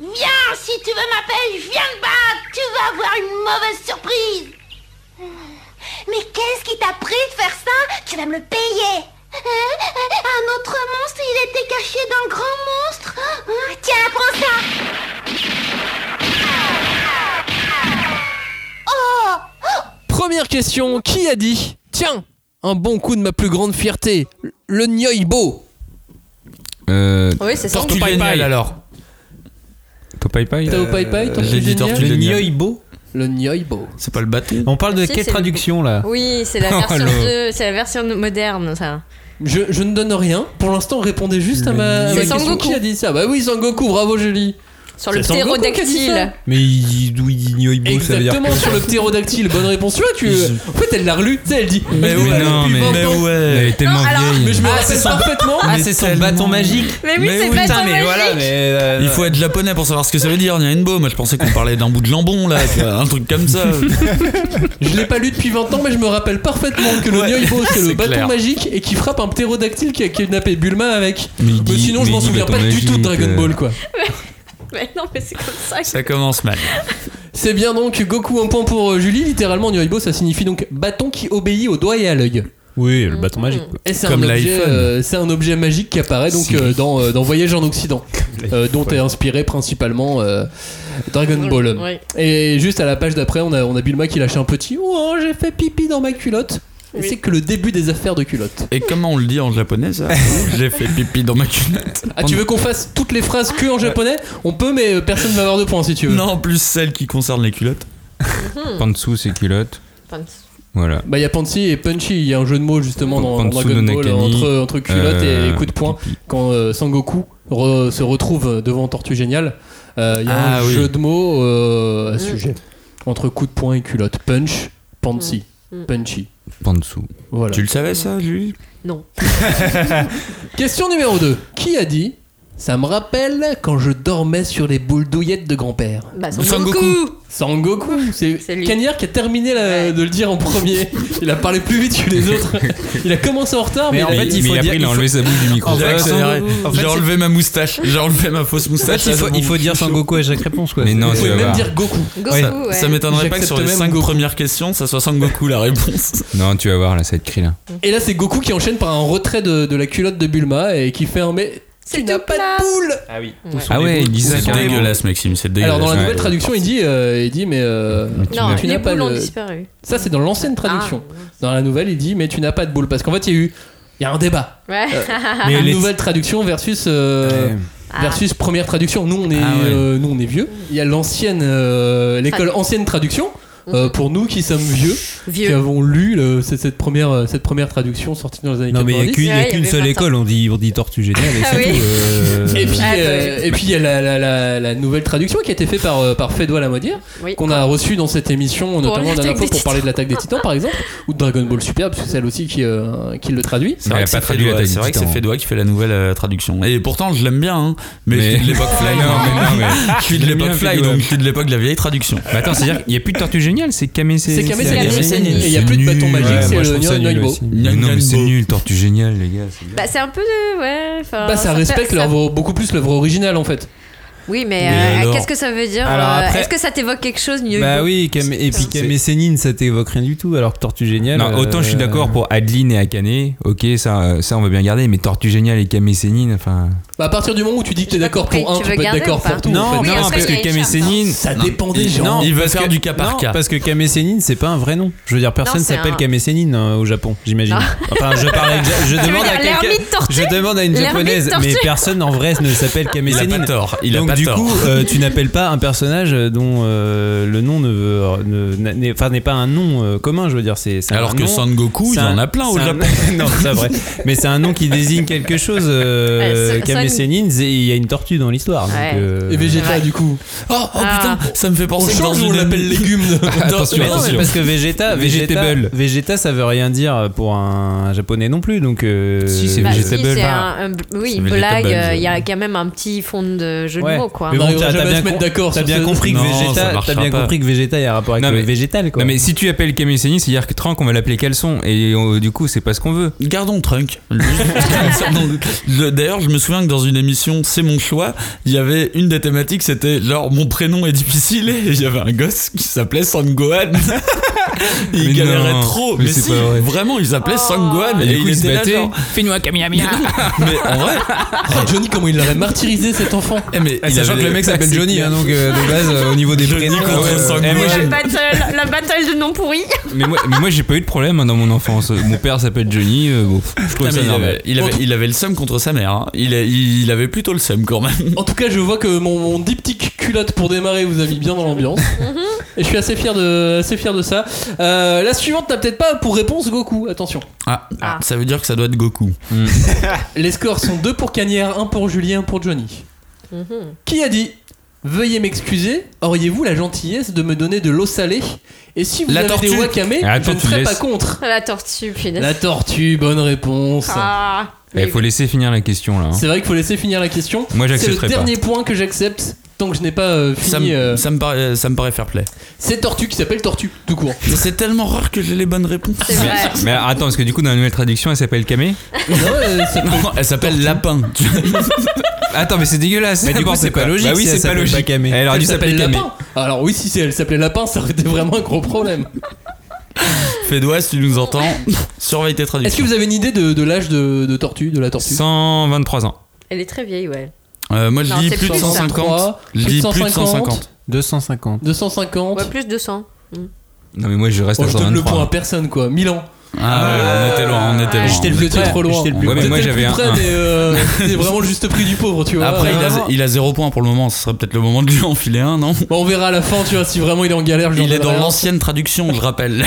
Speaker 10: Viens, Ah, si tu veux ma paix, viens me battre Tu vas avoir une mauvaise surprise Mais qu'est-ce qui t'a pris de faire ça Tu vas me le payer Euh, Un autre monstre, il était caché dans le grand monstre Ah, Tiens, prends ça
Speaker 1: Première question, qui a dit Tiens, un bon coup de ma plus grande fierté, le Nyoibo
Speaker 5: Euh,
Speaker 4: Oui, c'est ça.
Speaker 2: Tortue Géniale, alors.
Speaker 5: Topai Pai
Speaker 1: T'as au Pai Pai, Tortue
Speaker 2: j'ai dit
Speaker 1: Géniale
Speaker 2: Tortue
Speaker 3: Le
Speaker 2: Géniale.
Speaker 3: Nyoibo.
Speaker 1: Le Nyoibo.
Speaker 2: [laughs] C'est pas le bateau
Speaker 3: On parle de
Speaker 4: Si,
Speaker 3: quelle
Speaker 4: c'est-
Speaker 3: traduction là
Speaker 4: Oui, c'est la version
Speaker 3: Oh, le-
Speaker 4: 2, c'est la version moderne, ça.
Speaker 1: Je, je ne donne rien, pour l'instant répondez juste à ma, à ma
Speaker 4: C'est
Speaker 1: question.
Speaker 4: Sangoku.
Speaker 1: Qui a dit ça Bah oui, Sangoku, bravo Julie
Speaker 4: Sur le
Speaker 1: C'est Son Goku qui a dit ça.
Speaker 4: ptérodactyle.
Speaker 3: Mais il d'où il dit Nyoibo, ça veut dire.
Speaker 1: Exactement, sur le ptérodactyle, bonne réponse. Tu vois, tu, en fait elle l'a relu, tu sais, elle dit
Speaker 2: Mais
Speaker 1: je l'ai
Speaker 2: ouais,
Speaker 1: lu
Speaker 2: non,
Speaker 1: depuis
Speaker 2: mais,
Speaker 1: 20
Speaker 2: mais
Speaker 1: ans.
Speaker 2: ouais.
Speaker 5: Elle est tellement
Speaker 4: Non, alors-
Speaker 5: vieille.
Speaker 1: Mais je me
Speaker 3: Ah,
Speaker 1: rappelle
Speaker 3: c'est son-
Speaker 1: parfaitement
Speaker 3: Ah, c'est son bâton magique.
Speaker 4: Mais oui,
Speaker 2: Mais
Speaker 4: c'est
Speaker 2: oui.
Speaker 4: le bâton
Speaker 3: Putain, mais
Speaker 4: magique.
Speaker 3: voilà, mais. euh,
Speaker 2: Il faut être japonais pour savoir ce que ça veut dire, Nyainbo. Moi je pensais qu'on parlait d'un bout de jambon là, tu vois, un truc comme ça.
Speaker 1: Je l'ai pas lu depuis 20 ans, mais je me rappelle parfaitement que le
Speaker 2: Ouais,
Speaker 1: Nyoibo c'est le
Speaker 2: c'est
Speaker 1: bâton
Speaker 2: clair.
Speaker 1: magique et qui frappe un ptérodactyle qui a kidnappé Bulma avec.
Speaker 5: Mais il
Speaker 1: [laughs] Mais
Speaker 5: dit-
Speaker 1: sinon, je
Speaker 5: mais
Speaker 1: m'en
Speaker 5: il dit
Speaker 1: souviens pas
Speaker 5: bâton
Speaker 1: du tout de
Speaker 5: magique,
Speaker 1: Dragon
Speaker 5: euh,
Speaker 1: Ball quoi.
Speaker 4: Mais non, mais c'est comme ça. que-
Speaker 2: Ça commence mal.
Speaker 1: C'est bien donc Goku un point pour euh, Julie. Littéralement, Nyoibo, ça signifie donc bâton qui obéit au doigt et à l'œil.
Speaker 3: Oui, le bâton magique. quoi.
Speaker 1: Et c'est un,
Speaker 2: Comme
Speaker 1: objet,
Speaker 2: l'iPhone.
Speaker 1: euh, c'est un objet magique qui apparaît donc euh, dans, euh, dans Voyage en Occident, euh, dont est inspiré principalement euh, Dragon Ball.
Speaker 4: Oui.
Speaker 1: Et juste à la page d'après, on a, on a Bulma qui lâche un petit Oh, j'ai fait pipi dans ma culotte. Et
Speaker 4: Oui.
Speaker 1: c'est que le début des affaires de culotte.
Speaker 2: Et comment on le dit en
Speaker 1: [laughs]
Speaker 2: japonais ça J'ai fait pipi dans ma culotte.
Speaker 1: Ah, tu veux qu'on fasse toutes les phrases que en japonais On peut, mais euh, personne va avoir de points si tu veux.
Speaker 2: Non, en plus celle qui concerne
Speaker 5: [laughs]
Speaker 2: les culottes.
Speaker 5: Pan dessous, c'est culotte.
Speaker 4: Enfin,
Speaker 5: Voilà.
Speaker 1: Bah, il y a Pansy et Punchy. Il y a un jeu de mots justement dans, dans
Speaker 5: Pantsu
Speaker 1: Dragon
Speaker 5: no
Speaker 1: Ball
Speaker 5: Nakani,
Speaker 1: entre, entre culotte et,
Speaker 5: euh,
Speaker 1: et coup de poing quand euh, Sangoku re- se retrouve devant Tortue Géniale. euh, Il y a
Speaker 2: Ah,
Speaker 1: un
Speaker 2: oui.
Speaker 1: jeu de mots euh, à ce
Speaker 4: Mm.
Speaker 1: sujet entre coup de poing et culotte. Punch, Pansy,
Speaker 4: Mm. Mm.
Speaker 1: Punchy.
Speaker 5: Pan dessous.
Speaker 1: Voilà.
Speaker 2: Tu le savais ça, Julie
Speaker 4: Non.
Speaker 1: Question numéro 2. Qui a dit Ça me rappelle quand je dormais sur les boules douillettes de grand-père.
Speaker 4: Bah, Son
Speaker 2: Son Goku.
Speaker 4: Goku.
Speaker 1: Sangoku, c'est
Speaker 4: [laughs] C'est lui.
Speaker 1: Cagnard qui a terminé la-
Speaker 4: Ouais.
Speaker 1: de le dire en
Speaker 4: [laughs]
Speaker 1: premier. Il a parlé plus vite que les autres. Il a commencé en retard, mais,
Speaker 3: Mais en
Speaker 1: il a-
Speaker 3: fait, il faut
Speaker 5: mais
Speaker 3: dire-
Speaker 5: après, il
Speaker 3: il
Speaker 5: a
Speaker 3: faut-
Speaker 5: enlevé sa bouche du micro.
Speaker 3: En
Speaker 2: J'ai
Speaker 3: fait,
Speaker 2: accéléré.
Speaker 3: en fait,
Speaker 2: J'ai enlevé ma moustache. J'ai enlevé ma fausse
Speaker 3: En
Speaker 2: moustache.
Speaker 3: fait, il
Speaker 2: là,
Speaker 3: faut,
Speaker 2: c'est
Speaker 3: il
Speaker 2: bon.
Speaker 3: faut dire Sangoku à chaque réponse, quoi.
Speaker 5: Mais non,
Speaker 1: Vous
Speaker 5: tu
Speaker 1: pouvez
Speaker 5: vas
Speaker 1: même
Speaker 5: voir.
Speaker 1: dire Goku.
Speaker 4: Goku,
Speaker 3: Ouais,
Speaker 4: ouais.
Speaker 2: Ça m'étonnerait pas que
Speaker 1: J'accepte
Speaker 2: sur les
Speaker 1: même
Speaker 2: 5
Speaker 1: Goku.
Speaker 2: premières questions, ça soit Sangoku la réponse.
Speaker 5: Non, tu vas voir, là, ça va être cri là.
Speaker 1: Et là, c'est Goku qui enchaîne par un retrait de, de la culotte de Bulma et qui fait un mais.
Speaker 4: C'est
Speaker 1: Tu n'as
Speaker 4: tout
Speaker 1: pas
Speaker 4: plat.
Speaker 1: de poule
Speaker 5: Ah ouais, il dit ça
Speaker 2: C'est
Speaker 5: carrément.
Speaker 2: dégueulasse, Maxime. C'est dégueulasse.
Speaker 1: Alors, dans la
Speaker 5: Ouais.
Speaker 1: nouvelle traduction, il dit, euh, il dit mais. euh,
Speaker 4: Non,
Speaker 1: tu
Speaker 4: les
Speaker 1: n'as pas
Speaker 4: boules ont
Speaker 1: le-
Speaker 4: disparu.
Speaker 1: Ça, c'est dans l'ancienne traduction.
Speaker 4: Ah,
Speaker 1: Dans la nouvelle, il dit mais tu n'as pas de boule. Parce qu'en fait, il y a eu. Il y a un débat.
Speaker 4: Ouais.
Speaker 3: Ah, Mais
Speaker 1: Une
Speaker 3: les-
Speaker 1: nouvelle traduction versus. euh,
Speaker 4: Ah.
Speaker 1: versus première traduction. Nous on est,
Speaker 2: Ah ouais.
Speaker 1: euh, nous on est vieux. Il y a l'ancienne, euh, l'école ancienne traduction. euh, pour nous qui sommes vieux, qui
Speaker 4: [laughs] Mmh. Vieux.
Speaker 1: avons lu le- cette, cette première, euh, cette, première traduction sortie dans les années
Speaker 3: Non, mais il n'y a
Speaker 1: 90.
Speaker 3: qu'une il y a
Speaker 4: Ouais, il y
Speaker 3: qu'une
Speaker 4: avait
Speaker 3: seule
Speaker 4: pas
Speaker 3: école, on dit, on dit Tortue Géniale et
Speaker 4: Ah
Speaker 3: c'est
Speaker 4: oui.
Speaker 3: tout. [laughs] euh,
Speaker 1: Et puis,
Speaker 4: Ah,
Speaker 1: euh, et puis il y a la, la- la- la nouvelle traduction qui a été faite par, euh, par Fedwa Lamodière,
Speaker 4: Oui.
Speaker 1: qu'on a reçue dans cette émission, notamment la
Speaker 4: l'attaque
Speaker 1: dernière fois
Speaker 4: des
Speaker 1: pour parler de l'attaque des titans par exemple, ou de Dragon Ball Super, parce que c'est elle aussi qui, euh, qui le traduit.
Speaker 2: C'est vrai que
Speaker 5: Elle a
Speaker 2: c'est
Speaker 5: pas traduit la
Speaker 2: Fédois-
Speaker 5: taille
Speaker 2: c'est
Speaker 5: du
Speaker 2: vrai que c'est
Speaker 5: titan.
Speaker 2: Fédois qui fait la nouvelle euh, traduction. Et pourtant, je l'aime bien, hein, mais, je
Speaker 5: Mais-
Speaker 2: suis de l'époque
Speaker 5: [laughs]
Speaker 2: fly.
Speaker 5: Non, mais non, mais.
Speaker 2: Je suis de
Speaker 5: J'aime
Speaker 2: l'époque
Speaker 5: bien
Speaker 2: fly,
Speaker 5: Fédois.
Speaker 2: donc je suis de l'époque de la vieille traduction.
Speaker 5: Bah attends, c'est-à-dire qu'il n'y a plus de Tortue Géniale, c'est Kame
Speaker 1: C'est Kame
Speaker 4: Sennin.
Speaker 1: Sennin. Et il y a plus de bâton magique, c'est le Noibo.
Speaker 5: Mais non, mais c'est nul, Tortue Géniale, les gars.
Speaker 4: Bah, c'est un peu de. Ouais. enfin,
Speaker 1: Bah ça
Speaker 4: fait-
Speaker 1: respecte
Speaker 4: ça-
Speaker 1: l'œuvre- beaucoup plus l'œuvre originale en fait.
Speaker 4: Oui, mais
Speaker 2: Et
Speaker 4: euh,
Speaker 2: alors
Speaker 4: qu'est-ce que ça veut dire
Speaker 3: Alors
Speaker 4: euh,
Speaker 3: après-
Speaker 4: Est-ce que ça t'évoque quelque chose, New
Speaker 3: Bah oui, Cam- et puis Cam et Sénine, ça t'évoque rien du tout, alors que Tortue Géniale.
Speaker 5: Non, autant je suis
Speaker 3: euh,
Speaker 5: d'accord pour Adeline et Akane, ok, ça, euh, ça on va bien garder, mais Tortue Géniale et Camé Sénine, enfin.
Speaker 1: Bah, à partir du moment où tu dis que t'es d'accord
Speaker 4: compris,
Speaker 1: pour un,
Speaker 4: tu
Speaker 1: tu
Speaker 4: veux
Speaker 1: peux être
Speaker 4: garder
Speaker 1: d'accord
Speaker 4: ou pas
Speaker 1: pour tout.
Speaker 3: Non,
Speaker 1: en fait.
Speaker 4: Oui,
Speaker 3: non,
Speaker 4: après, il y
Speaker 3: parce
Speaker 4: a
Speaker 3: que
Speaker 4: une
Speaker 3: Cam et
Speaker 4: charte.
Speaker 3: Sénine.
Speaker 1: Ça dépend des
Speaker 2: il-
Speaker 1: gens.
Speaker 2: non, il va
Speaker 3: parce
Speaker 2: faire
Speaker 3: que-
Speaker 2: du cas par
Speaker 3: non,
Speaker 2: cas.
Speaker 3: Parce que Cam et Sénine, c'est pas un vrai nom. Je veux dire, personne
Speaker 4: Non, c'est
Speaker 3: s'appelle
Speaker 4: un-
Speaker 3: Cam et Sénine euh, au Japon, j'imagine.
Speaker 4: Non.
Speaker 3: [laughs] Enfin, je parle avec-
Speaker 4: Tu
Speaker 3: je
Speaker 4: veux
Speaker 3: demande à
Speaker 4: dire
Speaker 3: quelqu'un.
Speaker 4: l'ermite tortue
Speaker 3: Je demande à une
Speaker 4: L'ermite
Speaker 3: japonaise,
Speaker 4: tortue
Speaker 3: mais personne en vrai ne s'appelle Cam et
Speaker 2: Il a pas
Speaker 3: Sénine.
Speaker 2: tort. Il a
Speaker 3: Donc
Speaker 2: pas
Speaker 3: du
Speaker 2: tort.
Speaker 3: coup, euh, tu n'appelles pas un personnage euh, dont euh, le nom ne veut, ne- n'a- n'est enfin, n'est pas un nom euh, commun. Je veux dire, c'est c'est un
Speaker 2: Alors que
Speaker 3: nom-
Speaker 2: Son Goku, il
Speaker 3: c'est
Speaker 2: en
Speaker 3: un-
Speaker 2: a plein au
Speaker 3: c'est un-
Speaker 2: Japon.
Speaker 3: [laughs] non, c'est vrai. Mais c'est un nom qui désigne quelque chose.
Speaker 4: Euh,
Speaker 3: Euh,
Speaker 4: Son-
Speaker 3: Kame
Speaker 4: Son-
Speaker 3: Sennin, c'est- il y a une tortue dans l'histoire. donc,
Speaker 4: Ouais.
Speaker 3: euh,
Speaker 1: Et Vegeta,
Speaker 4: Ouais.
Speaker 1: du coup.
Speaker 2: Oh, oh,
Speaker 4: Ah.
Speaker 2: putain, ça me fait
Speaker 1: On
Speaker 2: penser que dans
Speaker 1: change ou on
Speaker 2: une
Speaker 1: l'appelle
Speaker 3: [laughs]
Speaker 1: légume
Speaker 2: Dans-
Speaker 3: Mais non, mais
Speaker 2: attention.
Speaker 3: parce que Vegeta,
Speaker 5: [laughs]
Speaker 3: Vegeta,
Speaker 5: Vegetable.
Speaker 3: Vegeta, ça veut rien dire pour un japonais non plus. Donc, euh,
Speaker 5: Si, c'est
Speaker 4: Bah, si,
Speaker 5: Vegetable.
Speaker 4: c'est un, un- oui,
Speaker 5: C'est
Speaker 4: blague,
Speaker 5: Vegetable.
Speaker 4: euh, il y a quand même un petit fond de jeu
Speaker 3: Ouais.
Speaker 4: de mots, quoi.
Speaker 3: Mais
Speaker 1: On
Speaker 3: bon,
Speaker 1: n'arrivera
Speaker 3: t'as-
Speaker 1: jamais
Speaker 3: t'as
Speaker 1: à
Speaker 3: bien
Speaker 1: se mettre
Speaker 3: com-
Speaker 1: d'accord
Speaker 3: T'as
Speaker 1: sur
Speaker 3: bien
Speaker 1: ce-
Speaker 3: compris que
Speaker 2: Non, ça
Speaker 3: Vegeta,
Speaker 2: marchera
Speaker 3: t'as bien
Speaker 2: pas.
Speaker 3: compris que Vegeta, il y a un rapport avec
Speaker 5: Non,
Speaker 3: le
Speaker 5: mais-
Speaker 3: végétal quoi.
Speaker 5: Non, mais si tu appelles Camé Sénine, c'est-à-dire que Trank, on va l'appeler Caleçon, et euh, du coup, c'est pas ce qu'on veut.
Speaker 2: Gardons Trunk. Le- [laughs] D'ailleurs, je me souviens que dans une émission C'est mon choix, il y avait une des thématiques, c'était genre mon prénom est difficile et il y avait un gosse qui s'appelait Sangohan. il
Speaker 5: Mais
Speaker 2: galérait
Speaker 5: non,
Speaker 2: trop, mais,
Speaker 5: mais c'est
Speaker 2: si,
Speaker 5: pas vrai.
Speaker 2: vraiment, il s'appelait
Speaker 4: Oh.
Speaker 3: Ah,
Speaker 2: Sangohan et,
Speaker 5: Et du coup,
Speaker 2: il
Speaker 5: il se
Speaker 2: était là
Speaker 5: battait.
Speaker 2: genre,
Speaker 8: Fais-nous un Kamiyamia.
Speaker 2: Mais en vrai,
Speaker 1: Ah, Johnny, comment il l'aurait martyrisé cet
Speaker 3: [laughs]
Speaker 1: enfant
Speaker 2: eh, mais
Speaker 3: Ah,
Speaker 2: il
Speaker 3: sachant
Speaker 2: avait-
Speaker 3: que le
Speaker 5: [laughs]
Speaker 3: mec s'appelle Johnny, hein, donc euh, de base, euh, au niveau des
Speaker 2: Johnny
Speaker 3: prénoms.
Speaker 2: contre
Speaker 3: euh,
Speaker 2: Son
Speaker 3: eh, moi,
Speaker 2: Gohan.
Speaker 3: j'ai-
Speaker 4: battle, la battle de nom pourri.
Speaker 5: Mais moi, mais moi, j'ai pas eu de problème hein, dans mon enfance. Mon père s'appelle Johnny, euh, bon, je trouve
Speaker 2: Ah, mais
Speaker 5: ça
Speaker 2: il,
Speaker 5: normal.
Speaker 2: avait, il, avait, il avait le seum contre sa mère. hein. Il, a- il, il avait plutôt le seum quand même.
Speaker 1: En tout cas, je vois que mon, mon diptyque culotte pour démarrer vous a mis bien dans l'ambiance.
Speaker 4: Mm-hmm.
Speaker 1: Et je suis assez fier de, assez fier de ça. Euh, la suivante n'a peut-être pas pour réponse Goku, attention.
Speaker 2: Ah,
Speaker 4: Ah.
Speaker 2: ça veut dire que ça doit être Goku.
Speaker 1: Les scores sont 2 pour Cagnère, 1 pour Julien, 1 pour Johnny. Qui a dit Veuillez m'excuser, auriez-vous la gentillesse de me donner de l'eau salée Et si vous
Speaker 2: La
Speaker 1: avez des
Speaker 2: tortue.
Speaker 1: wakame, je
Speaker 5: Ah, attends,
Speaker 1: ne
Speaker 5: tu
Speaker 1: serai
Speaker 5: laisses.
Speaker 1: pas contre.
Speaker 4: [laughs] La tortue, punaise.
Speaker 1: La tortue, bonne réponse.
Speaker 4: Ah,
Speaker 5: Eh,
Speaker 4: mais-
Speaker 5: faut laisser finir la question là. hein.
Speaker 1: C'est vrai qu'il faut laisser finir la question.
Speaker 5: Moi,
Speaker 1: C'est le
Speaker 5: j'accepterai pas.
Speaker 1: dernier point que j'accepte tant que je n'ai pas euh,
Speaker 2: Ça
Speaker 1: fini.
Speaker 2: me,
Speaker 1: euh,
Speaker 2: ça, me paraît, ça me paraît fair play.
Speaker 1: C'est Tortue qui s'appelle Tortue, tout court.
Speaker 2: Mais C'est tellement rare que j'ai les bonnes réponses.
Speaker 4: c'est vrai.
Speaker 5: Mais attends, parce que du coup, dans la nouvelle traduction, elle s'appelle Camé.
Speaker 1: Non, euh, ça peut-
Speaker 2: Non, elle s'appelle Lapin.
Speaker 5: Attends, mais c'est dégueulasse.
Speaker 3: Mais du coup, c'est pas logique.
Speaker 5: Bah oui,
Speaker 3: si elle
Speaker 5: c'est pas
Speaker 3: s'appelle
Speaker 5: logique.
Speaker 3: Kamé.
Speaker 5: Elle aurait
Speaker 1: Elle
Speaker 5: dû s'appeler
Speaker 1: s'appelle
Speaker 5: Camé.
Speaker 1: Lapin. Alors oui, si c'est- elle s'appelait Lapin, ça aurait été vraiment un gros problème.
Speaker 2: Fédois, si tu nous entends, surveille
Speaker 1: Est-ce
Speaker 2: tes
Speaker 1: que
Speaker 2: traductions.
Speaker 1: vous avez une idée de, de l'âge de, de Tortue, de la Tortue
Speaker 5: 123 ans.
Speaker 4: Elle est très vieille, ouais.
Speaker 2: Euh, moi, je
Speaker 4: Non,
Speaker 2: lis
Speaker 4: c'est
Speaker 2: plus de
Speaker 4: plus
Speaker 2: 150.
Speaker 1: 153,
Speaker 2: Je lis plus de 150.
Speaker 3: 250.
Speaker 1: 250.
Speaker 4: Ouais, plus de 200.
Speaker 5: Non, mais moi, je reste
Speaker 1: Oh,
Speaker 5: à
Speaker 1: je donne le point à
Speaker 5: 123.
Speaker 1: personne quoi. Milan.
Speaker 2: Ah ouais, on était loin, on était
Speaker 4: Ouais.
Speaker 2: loin.
Speaker 1: J'étais le
Speaker 2: on était
Speaker 1: j'étais
Speaker 2: loin.
Speaker 1: trop loin.
Speaker 3: J'étais le plus
Speaker 5: Ouais, mais
Speaker 1: J'étais
Speaker 5: moi,
Speaker 1: le
Speaker 5: j'avais
Speaker 1: plus
Speaker 5: un-
Speaker 1: près,
Speaker 5: un.
Speaker 1: mais, euh, c'est vraiment le juste prix du pauvre, tu vois.
Speaker 2: Après, il a, il a zéro point pour le moment. Ce serait peut-être le moment de lui enfiler un, non
Speaker 1: Bon, on verra à la fin, tu vois, si vraiment il est en galère. je lui
Speaker 2: Il
Speaker 1: en
Speaker 2: est dans
Speaker 1: donnerai un.
Speaker 2: l'ancienne traduction, je rappelle.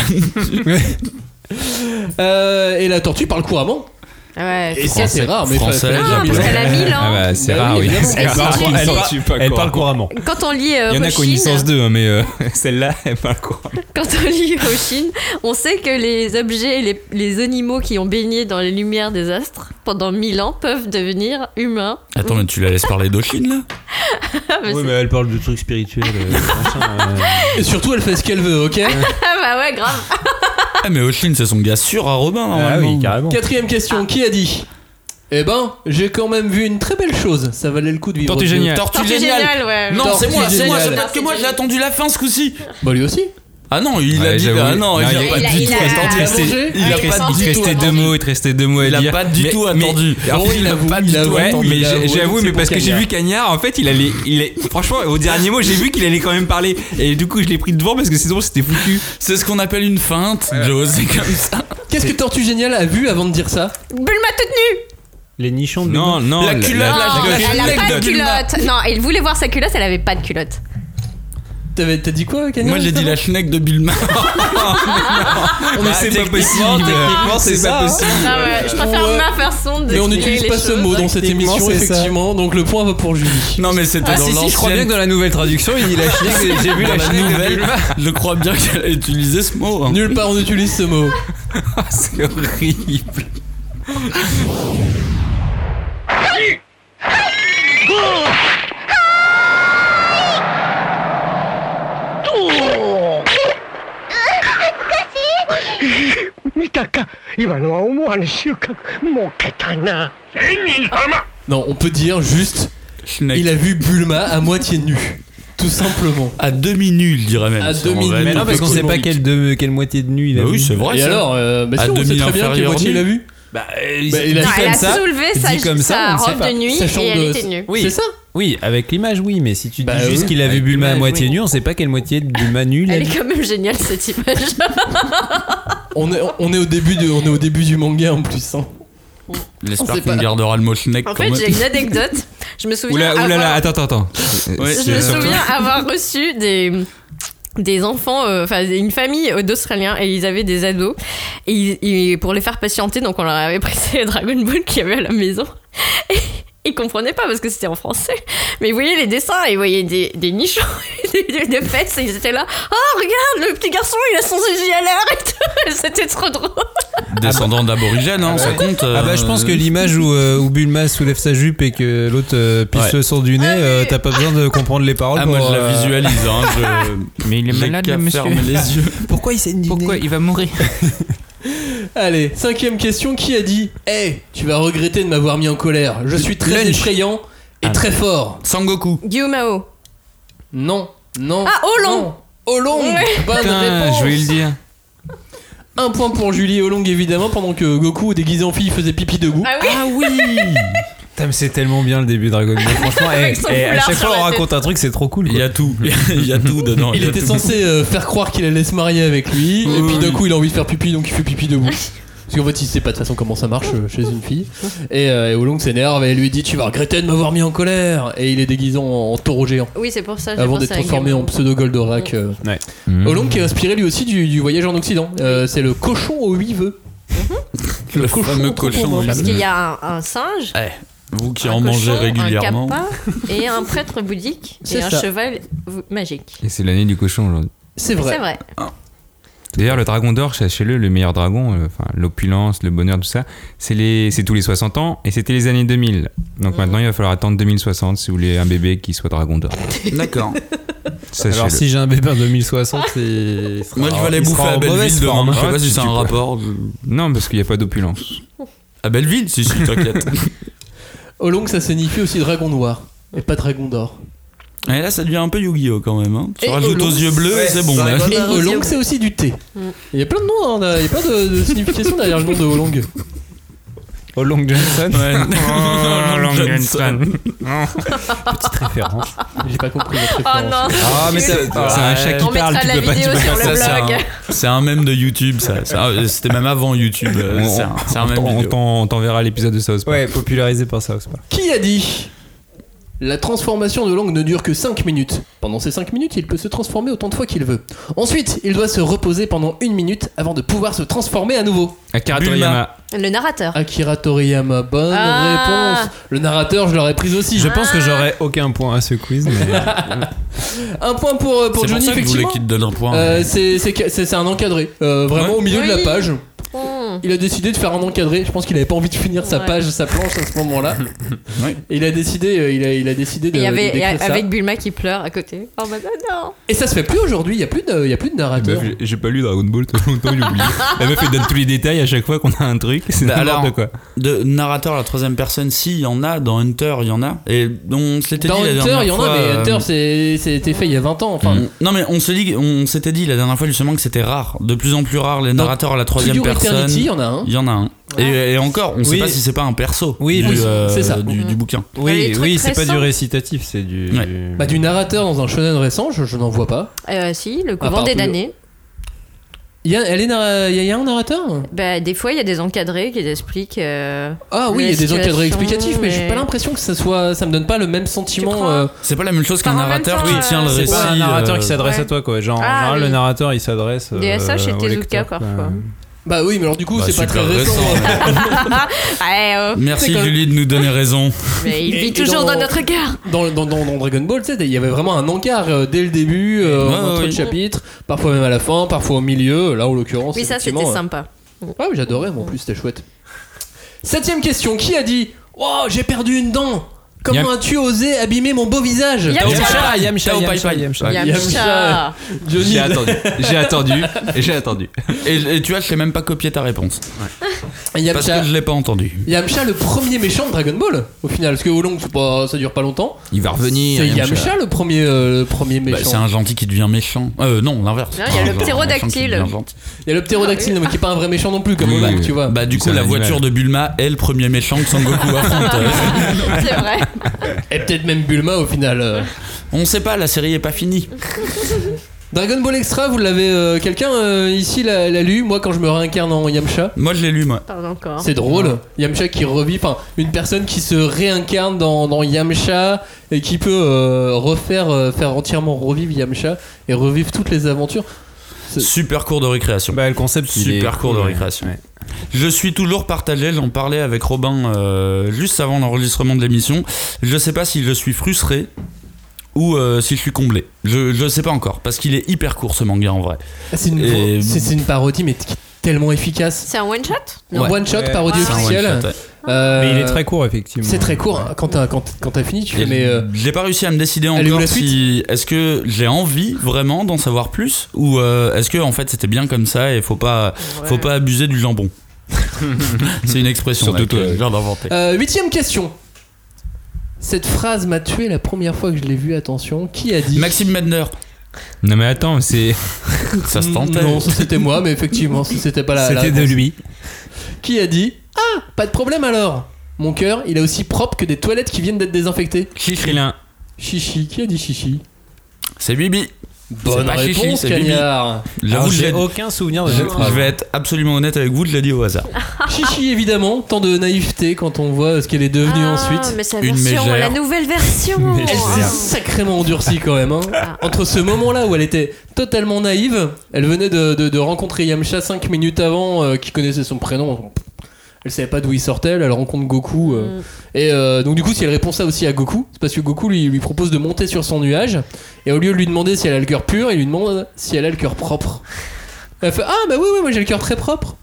Speaker 1: Euh, et la tortue parle couramment.
Speaker 4: Ouais.
Speaker 1: Et ça, c'est
Speaker 2: Français.
Speaker 1: rare, mais il fallait
Speaker 2: Français.
Speaker 1: pas le dire.
Speaker 4: Ah, parce qu'elle a
Speaker 3: [laughs]
Speaker 4: 1000
Speaker 5: Ah
Speaker 4: ans.
Speaker 5: bah, c'est
Speaker 1: Bah
Speaker 5: rare,
Speaker 1: oui,
Speaker 5: oui.
Speaker 1: évidemment.
Speaker 5: Elle
Speaker 4: Elle
Speaker 5: parle-
Speaker 4: parle-
Speaker 5: elle
Speaker 4: elle
Speaker 5: parle-
Speaker 3: Elle parle couramment.
Speaker 4: Quand on lit euh,
Speaker 5: Il y en a qui ont une licence
Speaker 4: Hoshin,
Speaker 5: 2, hein, mais euh, [laughs] celle-là, elle parle couramment.
Speaker 4: quand on lit Hoshin, on sait que les objets, et les, les animaux qui ont baigné dans les lumières des astres pendant 1000 ans peuvent devenir humains.
Speaker 2: Attends, mais tu la laisses parler d'Ochine, là
Speaker 4: Ah, bah, c'est-
Speaker 3: elle parle de trucs spirituels.
Speaker 5: Ah,
Speaker 1: Et surtout, elle fait ce qu'elle veut, ok
Speaker 4: [laughs] ah bah ouais, grave.
Speaker 2: Ah, mais Oshine, c'est son gars sûr à Robin,
Speaker 3: Ah
Speaker 2: normalement.
Speaker 3: oui, carrément.
Speaker 1: Quatrième question, qui a dit Eh ben, j'ai quand même vu une très belle chose. Ça valait le coup de vivre.
Speaker 5: Tortue
Speaker 1: vieux.
Speaker 5: géniale.
Speaker 2: Tortue
Speaker 4: Tortue
Speaker 2: géniale
Speaker 4: géniale, ouais.
Speaker 2: Non,
Speaker 1: Tortue
Speaker 2: c'est moi, c'est moi,
Speaker 1: géniale.
Speaker 2: c'est peut-être que moi, j'ai attendu la fin ce coup-ci.
Speaker 1: Bah lui aussi.
Speaker 2: Ah non, il a
Speaker 5: Ouais,
Speaker 2: dit.
Speaker 5: j'avoue.
Speaker 2: Ah
Speaker 5: Non,
Speaker 2: non, il
Speaker 5: il
Speaker 2: a
Speaker 5: a-
Speaker 2: pas
Speaker 4: il a-
Speaker 2: du
Speaker 4: il
Speaker 2: tout
Speaker 4: a-
Speaker 2: attendu.
Speaker 1: Il a
Speaker 2: C'est-
Speaker 1: mangé.
Speaker 2: Il
Speaker 5: Il
Speaker 2: a
Speaker 5: te reste-
Speaker 2: pas du
Speaker 5: il te
Speaker 2: tout
Speaker 5: restait
Speaker 2: attendu.
Speaker 5: deux mots, il te restait deux mots à
Speaker 2: Il a
Speaker 5: dire.
Speaker 2: pas du
Speaker 5: Mais-
Speaker 2: tout
Speaker 5: mais-
Speaker 2: attendu.
Speaker 1: Ah oui, il a pas du tout
Speaker 5: Ouais,
Speaker 1: attendu.
Speaker 5: mais
Speaker 1: Il a
Speaker 5: j'ai-
Speaker 1: avoué,
Speaker 5: j'avoue,
Speaker 1: c'est
Speaker 5: mais
Speaker 1: pour
Speaker 5: parce que j'ai
Speaker 1: Cagnard.
Speaker 5: vu Cagnard, en fait, il allait. Il est- franchement, au dernier mot, j'ai vu qu'il allait quand même parler. Et du coup, je l'ai pris devant parce que sinon, c'était foutu.
Speaker 2: C'est ce qu'on appelle une feinte, Joe. C'est comme ça.
Speaker 1: Qu'est-ce que Tortue Géniale a vu avant de dire ça
Speaker 4: Bulma toute nue
Speaker 3: Les nichons de
Speaker 5: Non, non.
Speaker 2: La culotte,
Speaker 4: Non,
Speaker 2: la-
Speaker 4: elle
Speaker 2: la-
Speaker 4: a pas
Speaker 2: la-
Speaker 4: de culotte. Non, il voulait voir sa culotte, elle avait pas de culotte.
Speaker 1: T'avais- T'as dit quoi, Cagnard
Speaker 2: Moi, j'ai dit la schneck de Bulma.
Speaker 5: Mais
Speaker 2: Ah,
Speaker 5: c'est pas possible.
Speaker 3: techniquement, c'est
Speaker 5: C'est pas
Speaker 3: ça, hein.
Speaker 5: possible.
Speaker 4: Ah ouais, je préfère
Speaker 1: Ouais.
Speaker 4: ma façon de
Speaker 1: Mais on n'utilise pas ce mot dans cette
Speaker 3: Techniquement,
Speaker 1: émission,
Speaker 3: c'est ça.
Speaker 1: effectivement. Donc le point va pour Julie.
Speaker 2: Non, mais
Speaker 3: Ah,
Speaker 2: c'était dans
Speaker 5: Ah, si, si, je crois bien
Speaker 2: l'ancienne.
Speaker 5: que dans la nouvelle traduction, il dit la chenille. J'ai vu
Speaker 2: Dans
Speaker 5: la
Speaker 2: la
Speaker 5: chenille.
Speaker 2: nouvelle, je crois bien qu'elle a utilisé ce mot. hein.
Speaker 1: Nulle part on utilise ce mot.
Speaker 5: C'est horrible.
Speaker 1: Non, on peut dire juste
Speaker 2: Schneck.
Speaker 1: Il a vu Bulma à moitié nu. Tout simplement.
Speaker 2: À demi nul, dirait même.
Speaker 1: À
Speaker 2: Ça, on
Speaker 1: demi
Speaker 2: va
Speaker 1: nu.
Speaker 2: être
Speaker 3: Mais
Speaker 2: un
Speaker 3: non, parce
Speaker 2: peu
Speaker 3: qu'on sait pas
Speaker 2: comique.
Speaker 3: quelle, de- quelle moitié de nuit il a
Speaker 2: Bah oui,
Speaker 3: vu.
Speaker 2: c'est vrai.
Speaker 1: Et
Speaker 2: ça.
Speaker 1: alors, euh, bah
Speaker 2: À
Speaker 1: si, on sait
Speaker 2: demi
Speaker 1: très bien quelle
Speaker 2: inférieur
Speaker 1: moitié il a vu.
Speaker 2: Bah, ils-
Speaker 1: Bah, il a
Speaker 4: Non,
Speaker 1: fait
Speaker 4: elle a
Speaker 1: ça.
Speaker 4: soulevé
Speaker 3: dit
Speaker 4: sa,
Speaker 3: comme ça,
Speaker 4: sa
Speaker 3: on ne sait
Speaker 4: robe
Speaker 1: pas.
Speaker 4: de nuit
Speaker 1: Sa chambre
Speaker 4: et elle
Speaker 1: de-
Speaker 4: était nue.
Speaker 3: Oui.
Speaker 1: C'est ça
Speaker 3: Oui, avec l'image, oui, mais si tu
Speaker 1: Bah
Speaker 3: dis juste
Speaker 1: oui.
Speaker 3: qu'il a vu
Speaker 1: Avec
Speaker 3: Bulma à
Speaker 1: l'image,
Speaker 3: moitié
Speaker 1: oui.
Speaker 3: nue, on sait pas quelle moitié de Bulma nue il a
Speaker 4: Elle
Speaker 3: vu.
Speaker 4: est quand même géniale cette image. [laughs]
Speaker 1: on est, on, est au début de- on est au début du manga en plus. hein. on sait
Speaker 2: J'espère
Speaker 1: pas.
Speaker 2: qu'on gardera le mot Schneck
Speaker 4: En
Speaker 2: quand
Speaker 4: fait,
Speaker 2: même.
Speaker 4: j'ai une anecdote. Je me souviens.
Speaker 5: Oula,
Speaker 4: avoir...
Speaker 5: oulala, attends, attends, attends.
Speaker 2: Ouais,
Speaker 4: Je me
Speaker 2: c'est-
Speaker 4: souviens avoir reçu des des enfants, euh, enfin une famille euh, d'Australiens et ils avaient des ados et, ils- ils- pour les faire patienter, donc on leur avait [laughs] prêté Dragon Ball qu'il y avait à la maison. Et ils comprenaient pas parce que c'était en français, mais ils voyaient les dessins, et ils voyaient des, des nichons, [laughs] des, des, des fesses et ils étaient là. Oh regarde, le petit garçon il a son zizi à l'air et tout. [laughs] C'était trop drôle.
Speaker 2: Descendant d'aborigène, hein, ça compte.
Speaker 3: Ah bah je pense que l'image où, euh, où Bulma soulève sa jupe et que l'autre euh, pisse
Speaker 2: Ouais.
Speaker 3: le sang du nez,
Speaker 4: Ah
Speaker 3: euh, t'as pas besoin de comprendre les paroles
Speaker 2: Ah,
Speaker 3: pour...
Speaker 2: moi je
Speaker 3: euh,
Speaker 2: la visualise. Hein, [laughs] je...
Speaker 5: Mais il est
Speaker 2: J'ai
Speaker 5: malade,
Speaker 2: qu'à
Speaker 5: le monsieur.
Speaker 2: fermer les yeux.
Speaker 3: Pourquoi il saigne du
Speaker 5: Pourquoi
Speaker 3: nez
Speaker 5: il va mourir
Speaker 1: Allez, cinquième question. Qui a dit Eh, tu vas regretter de m'avoir mis en colère. Je suis très
Speaker 2: Lunch. Ah.
Speaker 1: effrayant et très fort.
Speaker 2: Sangoku.
Speaker 4: Guillaume Mao.
Speaker 1: Non, non.
Speaker 4: Ah, Olong.
Speaker 1: non. Olong
Speaker 4: Ouais.
Speaker 1: Bonne
Speaker 5: Putain,
Speaker 1: réponse
Speaker 5: je vais le dire.
Speaker 1: Un point pour Julie Olong évidemment, pendant que Goku déguisé en fille faisait pipi de goût.
Speaker 4: Ah oui.
Speaker 3: [laughs] Putain, mais c'est tellement bien le début de Dragon Ball,
Speaker 4: [laughs]
Speaker 3: franchement,
Speaker 4: Avec
Speaker 3: eh,
Speaker 4: son
Speaker 3: eh, à
Speaker 4: foulard
Speaker 3: chaque
Speaker 4: sur
Speaker 3: fois on
Speaker 4: la tête.
Speaker 3: raconte un truc, c'est trop cool.
Speaker 2: Il y
Speaker 3: quoi.
Speaker 2: a
Speaker 3: [laughs]
Speaker 2: tout. [laughs] Il y a tout dedans.
Speaker 1: Il
Speaker 2: y a
Speaker 1: était
Speaker 2: tout.
Speaker 1: censé euh, faire croire qu'il allait se marier avec lui, et
Speaker 2: Oui,
Speaker 1: puis d'un
Speaker 2: oui.
Speaker 1: coup il a envie de faire pipi, donc il fait pipi debout. Parce qu'en fait il sait pas de toute façon comment ça marche euh, chez une fille. Et, euh, et Oolong s'énerve et lui dit Tu vas regretter de m'avoir mis en colère Et il est déguisé en, en taureau géant
Speaker 4: Oui, c'est pour ça. Ah, j'ai
Speaker 1: avant
Speaker 4: pensé
Speaker 1: d'être
Speaker 4: à Guillaume
Speaker 1: transformé
Speaker 4: Mao.
Speaker 1: en pseudo Goldorak. euh.
Speaker 2: Hmm.
Speaker 1: Oolong qui est inspiré lui aussi du, du voyage en Occident. Euh, C'est le cochon aux huit vœux.
Speaker 2: Mmh. Le
Speaker 1: cochon
Speaker 2: fameux
Speaker 1: au cocon,
Speaker 2: cochon.
Speaker 1: hein,
Speaker 4: Parce qu'il y a un, un singe.
Speaker 2: Eh, vous qui
Speaker 4: un
Speaker 2: en mangez
Speaker 4: cochon,
Speaker 2: régulièrement.
Speaker 4: Un capard et
Speaker 2: [laughs]
Speaker 4: un prêtre bouddhique
Speaker 1: C'est
Speaker 4: et un
Speaker 1: ça.
Speaker 4: cheval v- magique.
Speaker 5: Et c'est l'année du cochon aujourd'hui.
Speaker 1: C'est
Speaker 4: C'est
Speaker 1: vrai.
Speaker 4: vrai.
Speaker 5: D'ailleurs, le dragon d'or, sachez-le, le meilleur dragon, euh, enfin l'opulence, le bonheur, tout ça, c'est les, c'est tous les 60 ans et c'était les années 2000. Donc
Speaker 4: Oh.
Speaker 5: maintenant, il va falloir attendre 2060 si vous voulez un bébé qui soit dragon d'or.
Speaker 2: [laughs] D'accord.
Speaker 3: Alors
Speaker 5: Sachez-le.
Speaker 3: si j'ai un bébé en 2060, il sera-
Speaker 2: Moi je vais aller
Speaker 3: il sera
Speaker 2: bouffer à
Speaker 3: en
Speaker 2: Belleville
Speaker 3: mauvaise
Speaker 2: demain.
Speaker 3: forme.
Speaker 2: Je sais pas
Speaker 5: Ouais,
Speaker 2: si
Speaker 5: tu-
Speaker 2: c'est
Speaker 5: tu
Speaker 2: un
Speaker 5: peux.
Speaker 2: rapport.
Speaker 5: Non, parce qu'il n'y a pas d'opulence.
Speaker 2: À Belleville, si, si, t'inquiète.
Speaker 1: Oolong ça signifie aussi dragon noir, et pas dragon d'or.
Speaker 2: [laughs] Et là, ça devient un peu Yu-Gi-Oh quand même. hein. Tu
Speaker 1: Et
Speaker 2: rajoutes
Speaker 1: Olong.
Speaker 2: aux yeux bleus,
Speaker 1: Ouais,
Speaker 2: c'est bon.
Speaker 1: ça
Speaker 2: là.
Speaker 1: Et Mmh. Oolong, c'est aussi du thé. Il y a plein de noms, hein, là. il y a pas de, de signification derrière le nom de Oolong.
Speaker 3: Au Long Johnson,
Speaker 2: [laughs] Ouais.
Speaker 5: Oh,
Speaker 3: [laughs] Oh,
Speaker 5: Long Johnson.
Speaker 3: petite référence.
Speaker 1: J'ai pas compris votre
Speaker 4: Oh
Speaker 1: référence.
Speaker 4: non,
Speaker 3: Ah
Speaker 4: [laughs]
Speaker 3: mais c'est
Speaker 5: c'est un chat qui
Speaker 4: on mettra
Speaker 5: parle, tu
Speaker 4: la
Speaker 5: peux pas- tu
Speaker 4: vidéo
Speaker 5: peux
Speaker 4: sur
Speaker 5: pas-
Speaker 4: le
Speaker 2: ça, c'est
Speaker 4: blog.
Speaker 2: un- c'est un, même de YouTube, ça. Ça, euh, C'était même avant YouTube. euh,
Speaker 5: On-
Speaker 2: C'est un, c'est un
Speaker 5: on
Speaker 2: mème
Speaker 5: t'en- on
Speaker 2: vidéo.
Speaker 5: t'en- on t'enverra l'épisode de South Park.
Speaker 3: Ouais, popularisé par ça, c'est pas.
Speaker 1: Qui a dit La transformation de langue ne dure que 5 minutes. Pendant ces 5 minutes, il peut se transformer autant de fois qu'il veut. Ensuite, il doit se reposer pendant une minute avant de pouvoir se transformer à nouveau.
Speaker 5: Akira
Speaker 2: Bulma.
Speaker 5: Toriyama.
Speaker 4: Le narrateur.
Speaker 1: Akira Toriyama, bonne
Speaker 4: Ah.
Speaker 1: réponse. Le narrateur, je l'aurais prise aussi.
Speaker 3: Je pense que j'aurais aucun point à ce quiz,
Speaker 2: [laughs]
Speaker 5: eh
Speaker 3: mais
Speaker 5: ben,
Speaker 1: Un point pour, euh, pour
Speaker 2: C'est pour
Speaker 1: Johnny,
Speaker 2: ça que je voulais
Speaker 1: effectivement.
Speaker 2: qu'il te donne un point.
Speaker 1: Euh, c'est- c'est que- c'est c'est un encadré. Euh, vraiment
Speaker 2: Ouais.
Speaker 1: au milieu de la
Speaker 4: Oui.
Speaker 1: page.
Speaker 4: Hmm.
Speaker 1: Il a décidé de faire un encadré. Je pense qu'il avait pas envie de finir sa
Speaker 4: Ouais.
Speaker 1: page, sa planche à ce moment-là.
Speaker 2: [laughs] Ouais.
Speaker 1: Et Il a décidé, euh, il a, il a décidé de.
Speaker 4: Et il y avait
Speaker 1: de
Speaker 4: et
Speaker 1: décrire ça.
Speaker 4: avec Bulma qui pleure à côté. Oh bah non.
Speaker 1: Et ça se fait plus aujourd'hui. Il y a plus de, il y a plus de
Speaker 2: Bah,
Speaker 1: narrateur.
Speaker 5: J'ai pas lu Dragon Ball depuis longtemps, j'ai
Speaker 2: [laughs]
Speaker 5: oublié. La meuf, elle donne tous les détails à chaque fois qu'on a un truc. C'est
Speaker 2: Bah
Speaker 5: n'importe
Speaker 2: alors,
Speaker 5: quoi.
Speaker 2: De narrateur à la troisième personne, si, il y en a. Dans Hunter, il y en a. Et on s'était dit
Speaker 1: Dans
Speaker 2: la
Speaker 1: Hunter,
Speaker 2: dernière
Speaker 1: il y en
Speaker 2: fois,
Speaker 1: a, mais
Speaker 2: euh, Mm.
Speaker 1: Hunter, c'est- c'était fait il y a 20 ans. Enfin,
Speaker 2: on- Non mais on se dit, on s'était dit la dernière fois justement que c'était rare, de plus en plus rare les
Speaker 1: Dans
Speaker 2: narrateurs à la troisième
Speaker 1: Studio
Speaker 2: personne.
Speaker 1: Eternity, hein. il y en a un.
Speaker 2: Il y en a un. Et, et encore, on sait
Speaker 3: Oui.
Speaker 2: pas si c'est pas un perso
Speaker 3: Oui,
Speaker 2: du,
Speaker 3: oui,
Speaker 2: euh,
Speaker 1: c'est ça. Mm.
Speaker 2: du, du bouquin.
Speaker 4: Les
Speaker 3: oui,
Speaker 4: trucs
Speaker 3: oui, c'est pas
Speaker 4: récents.
Speaker 3: du récitatif, c'est du.
Speaker 1: Bah, du narrateur dans un shonen récent, je, je n'en vois pas.
Speaker 4: Euh, si, le
Speaker 1: part
Speaker 4: couvent des
Speaker 1: Bulma.
Speaker 4: damnés.
Speaker 1: Il y a, elle est narra- il y a- il y a un narrateur
Speaker 4: Bah, des fois, il y a des encadrés qui expliquent. euh,
Speaker 1: Ah oui,
Speaker 4: La
Speaker 1: il y a des encadrés
Speaker 4: situation,
Speaker 1: explicatifs, mais j'ai
Speaker 4: mais-
Speaker 1: pas l'impression que ça soit. Ça me donne pas le même
Speaker 4: Tu
Speaker 1: sentiment.
Speaker 4: crois
Speaker 1: euh,
Speaker 2: C'est pas la même chose qu'un
Speaker 4: Enfin, en même
Speaker 2: narrateur
Speaker 4: temps,
Speaker 2: qui
Speaker 4: euh,
Speaker 2: tient le
Speaker 4: c'est
Speaker 2: récit.
Speaker 3: C'est pas un narrateur
Speaker 2: euh,
Speaker 3: qui s'adresse
Speaker 4: ouais.
Speaker 3: à toi quoi. Genre, en
Speaker 4: Ah,
Speaker 3: général,
Speaker 4: oui.
Speaker 3: le narrateur il s'adresse. euh,
Speaker 4: Des SA chez
Speaker 3: au
Speaker 4: Tezuka,
Speaker 3: lecteur,
Speaker 4: parfois.
Speaker 1: Bah oui, mais alors du coup,
Speaker 2: Bah,
Speaker 1: c'est pas très
Speaker 2: super
Speaker 1: récent. euh,
Speaker 2: récent.
Speaker 4: Ah, eh,
Speaker 2: [laughs]
Speaker 4: oh.
Speaker 2: Merci
Speaker 1: C'est comme-
Speaker 2: Julie de nous donner raison.
Speaker 4: Mais il
Speaker 1: Et- et
Speaker 4: vit toujours
Speaker 1: dans-
Speaker 4: dans notre cœur.
Speaker 1: Dans, dans, dans- dans Dragon Ball, tu sais, il y avait vraiment un encart euh, dès le début, euh,
Speaker 2: Ouais,
Speaker 1: entre
Speaker 2: ouais,
Speaker 1: le
Speaker 2: oui.
Speaker 1: chapitre, parfois même à la fin, parfois au milieu. Là, en l'occurrence,
Speaker 4: Oui, ça,
Speaker 1: effectivement,
Speaker 4: c'était
Speaker 1: euh,
Speaker 4: sympa.
Speaker 1: Ouais, mais j'adorais, moi, en plus, c'était chouette. Septième question, qui a dit Oh, j'ai perdu une dent Comment
Speaker 5: Yam-
Speaker 1: as-tu osé abîmer mon beau visage
Speaker 4: Yamcha.
Speaker 3: Yamcha,
Speaker 2: Tao Pai
Speaker 3: Yamcha,
Speaker 2: Pai.
Speaker 1: ah, Yamcha.
Speaker 3: Yamcha.
Speaker 4: Yamcha.
Speaker 1: Johnny,
Speaker 5: attendu, j'ai attendu, j'ai attendu. Eh
Speaker 2: Et, et tu vois, je t'ai même pas copié ta réponse.
Speaker 5: ben,
Speaker 2: Parce que
Speaker 1: Yamcha,
Speaker 2: je l'ai pas entendu.
Speaker 1: Yamcha, le premier méchant de Dragon Ball, au final. Parce que Oolong, c'est pas, ça dure pas longtemps.
Speaker 2: Il va revenir.
Speaker 1: C'est Yamcha, le premier, euh, le premier
Speaker 2: Bah, c'est
Speaker 1: méchant.
Speaker 2: un gentil qui devient méchant. Euh, non, l'inverse.
Speaker 4: Non, il y a le
Speaker 2: Un méchant qui
Speaker 4: ptérodactyle.
Speaker 2: devient gentil.
Speaker 1: Il y a le ptérodactyle, non, mais qui est pas un vrai méchant non plus, comme
Speaker 5: Oui,
Speaker 1: Oolong,
Speaker 5: oui.
Speaker 1: tu vois.
Speaker 2: Bah, du
Speaker 5: C'est
Speaker 2: coup,
Speaker 5: un
Speaker 2: la
Speaker 5: animal.
Speaker 2: voiture de Bulma est le premier méchant que Son Goku [laughs] affronte. Euh,
Speaker 4: [laughs] C'est vrai.
Speaker 1: Et peut-être même Bulma, au final. euh.
Speaker 2: On sait pas, la série est pas finie.
Speaker 1: Dragon Ball Extra, vous l'avez. euh, Quelqu'un euh, ici l'a l'a lu Moi, quand je me réincarne en Yamcha.
Speaker 2: Moi, je l'ai lu, moi.
Speaker 4: Pardon encore.
Speaker 1: C'est drôle, Yamcha qui revit, enfin une personne qui se réincarne dans, dans Yamcha et qui peut euh, refaire, euh, faire entièrement revivre Yamcha et revivre toutes les aventures. C'est-
Speaker 2: Super cours de récréation.
Speaker 3: Bah, le concept, il est
Speaker 2: Super cours de
Speaker 3: cool,
Speaker 2: récréation.
Speaker 5: Ouais.
Speaker 2: Je suis toujours partagé, j'en parlais avec Robin euh, juste avant l'enregistrement de l'émission. Je sais pas si je suis frustré ou euh, si je suis comblé. Je, je sais pas encore, parce qu'il est hyper court ce manga en vrai.
Speaker 1: Ah, C'est une,
Speaker 2: Et-
Speaker 1: c'est- c'est une parodie mais qui est tellement efficace.
Speaker 4: C'est un one shot
Speaker 1: Un
Speaker 2: Ouais.
Speaker 1: One shot,
Speaker 3: Ouais.
Speaker 1: parodie
Speaker 2: C'est un one
Speaker 1: officielle.
Speaker 2: shot, ouais.
Speaker 1: Euh,
Speaker 3: Mais il est très court, effectivement.
Speaker 1: C'est très court, hein. quand t'as quand, quand t'as fini, tu fais
Speaker 2: Et
Speaker 1: mais. euh,
Speaker 2: J'ai pas réussi à me décider
Speaker 1: elle est où
Speaker 2: encore
Speaker 1: la
Speaker 2: si. Est-ce que j'ai envie vraiment d'en savoir plus ou euh, est-ce que en fait c'était bien comme ça et faut pas, faut pas abuser du
Speaker 1: [laughs]
Speaker 2: jambon C'est une expression
Speaker 5: Surtout
Speaker 2: là, que
Speaker 5: toi,
Speaker 2: je viens d'inventer.
Speaker 1: euh, huitième question. Cette phrase m'a tué la première fois que je l'ai vue, attention. Qui a dit
Speaker 2: Maxime Madner,
Speaker 5: Non, mais attends, c'est.
Speaker 2: ça se tentait.
Speaker 1: Non, ça, c'était moi, mais
Speaker 2: [laughs]
Speaker 1: effectivement, ça, c'était pas la. la
Speaker 3: C'était de
Speaker 1: réponse.
Speaker 3: lui.
Speaker 1: qui a dit Ah, pas de problème alors Mon cœur, il est aussi propre que des toilettes qui viennent d'être désinfectées.
Speaker 5: Chicrilin.
Speaker 1: Chichi, qui a dit chichi
Speaker 2: C'est Bibi.
Speaker 1: Bonne
Speaker 2: pas chichi,
Speaker 1: réponse,
Speaker 2: c'est
Speaker 1: cagnard
Speaker 2: J'avoue,
Speaker 3: Alors,
Speaker 2: je
Speaker 3: j'ai
Speaker 2: l'ai-
Speaker 3: aucun
Speaker 1: Oh,
Speaker 3: souvenir de
Speaker 2: je
Speaker 3: cette phrase.
Speaker 2: je vais être absolument honnête avec vous, je l'ai dit au hasard.
Speaker 1: Ah, Chichi, évidemment, tant de naïveté quand on voit ce qu'elle est devenue ensuite.
Speaker 4: Ah, Mais sa
Speaker 2: Une
Speaker 4: version,
Speaker 2: mégère.
Speaker 4: la nouvelle version.
Speaker 1: Elle s'est sacrément endurcie quand même. hein. Entre ce moment-là où elle était totalement naïve, elle venait de, de- de rencontrer Yamcha 5 minutes avant, euh, qui connaissait son prénom. Elle savait pas d'où il sortait, elle rencontre Goku.
Speaker 4: Mm.
Speaker 1: euh, Et euh, donc du coup, si elle répond ça aussi à Goku, c'est parce que Goku lui, lui propose de monter sur son nuage, et au lieu de lui demander si elle a le cœur pur, il lui demande si elle a le cœur propre. Elle fait Ah bah oui, oui, moi j'ai le cœur très propre.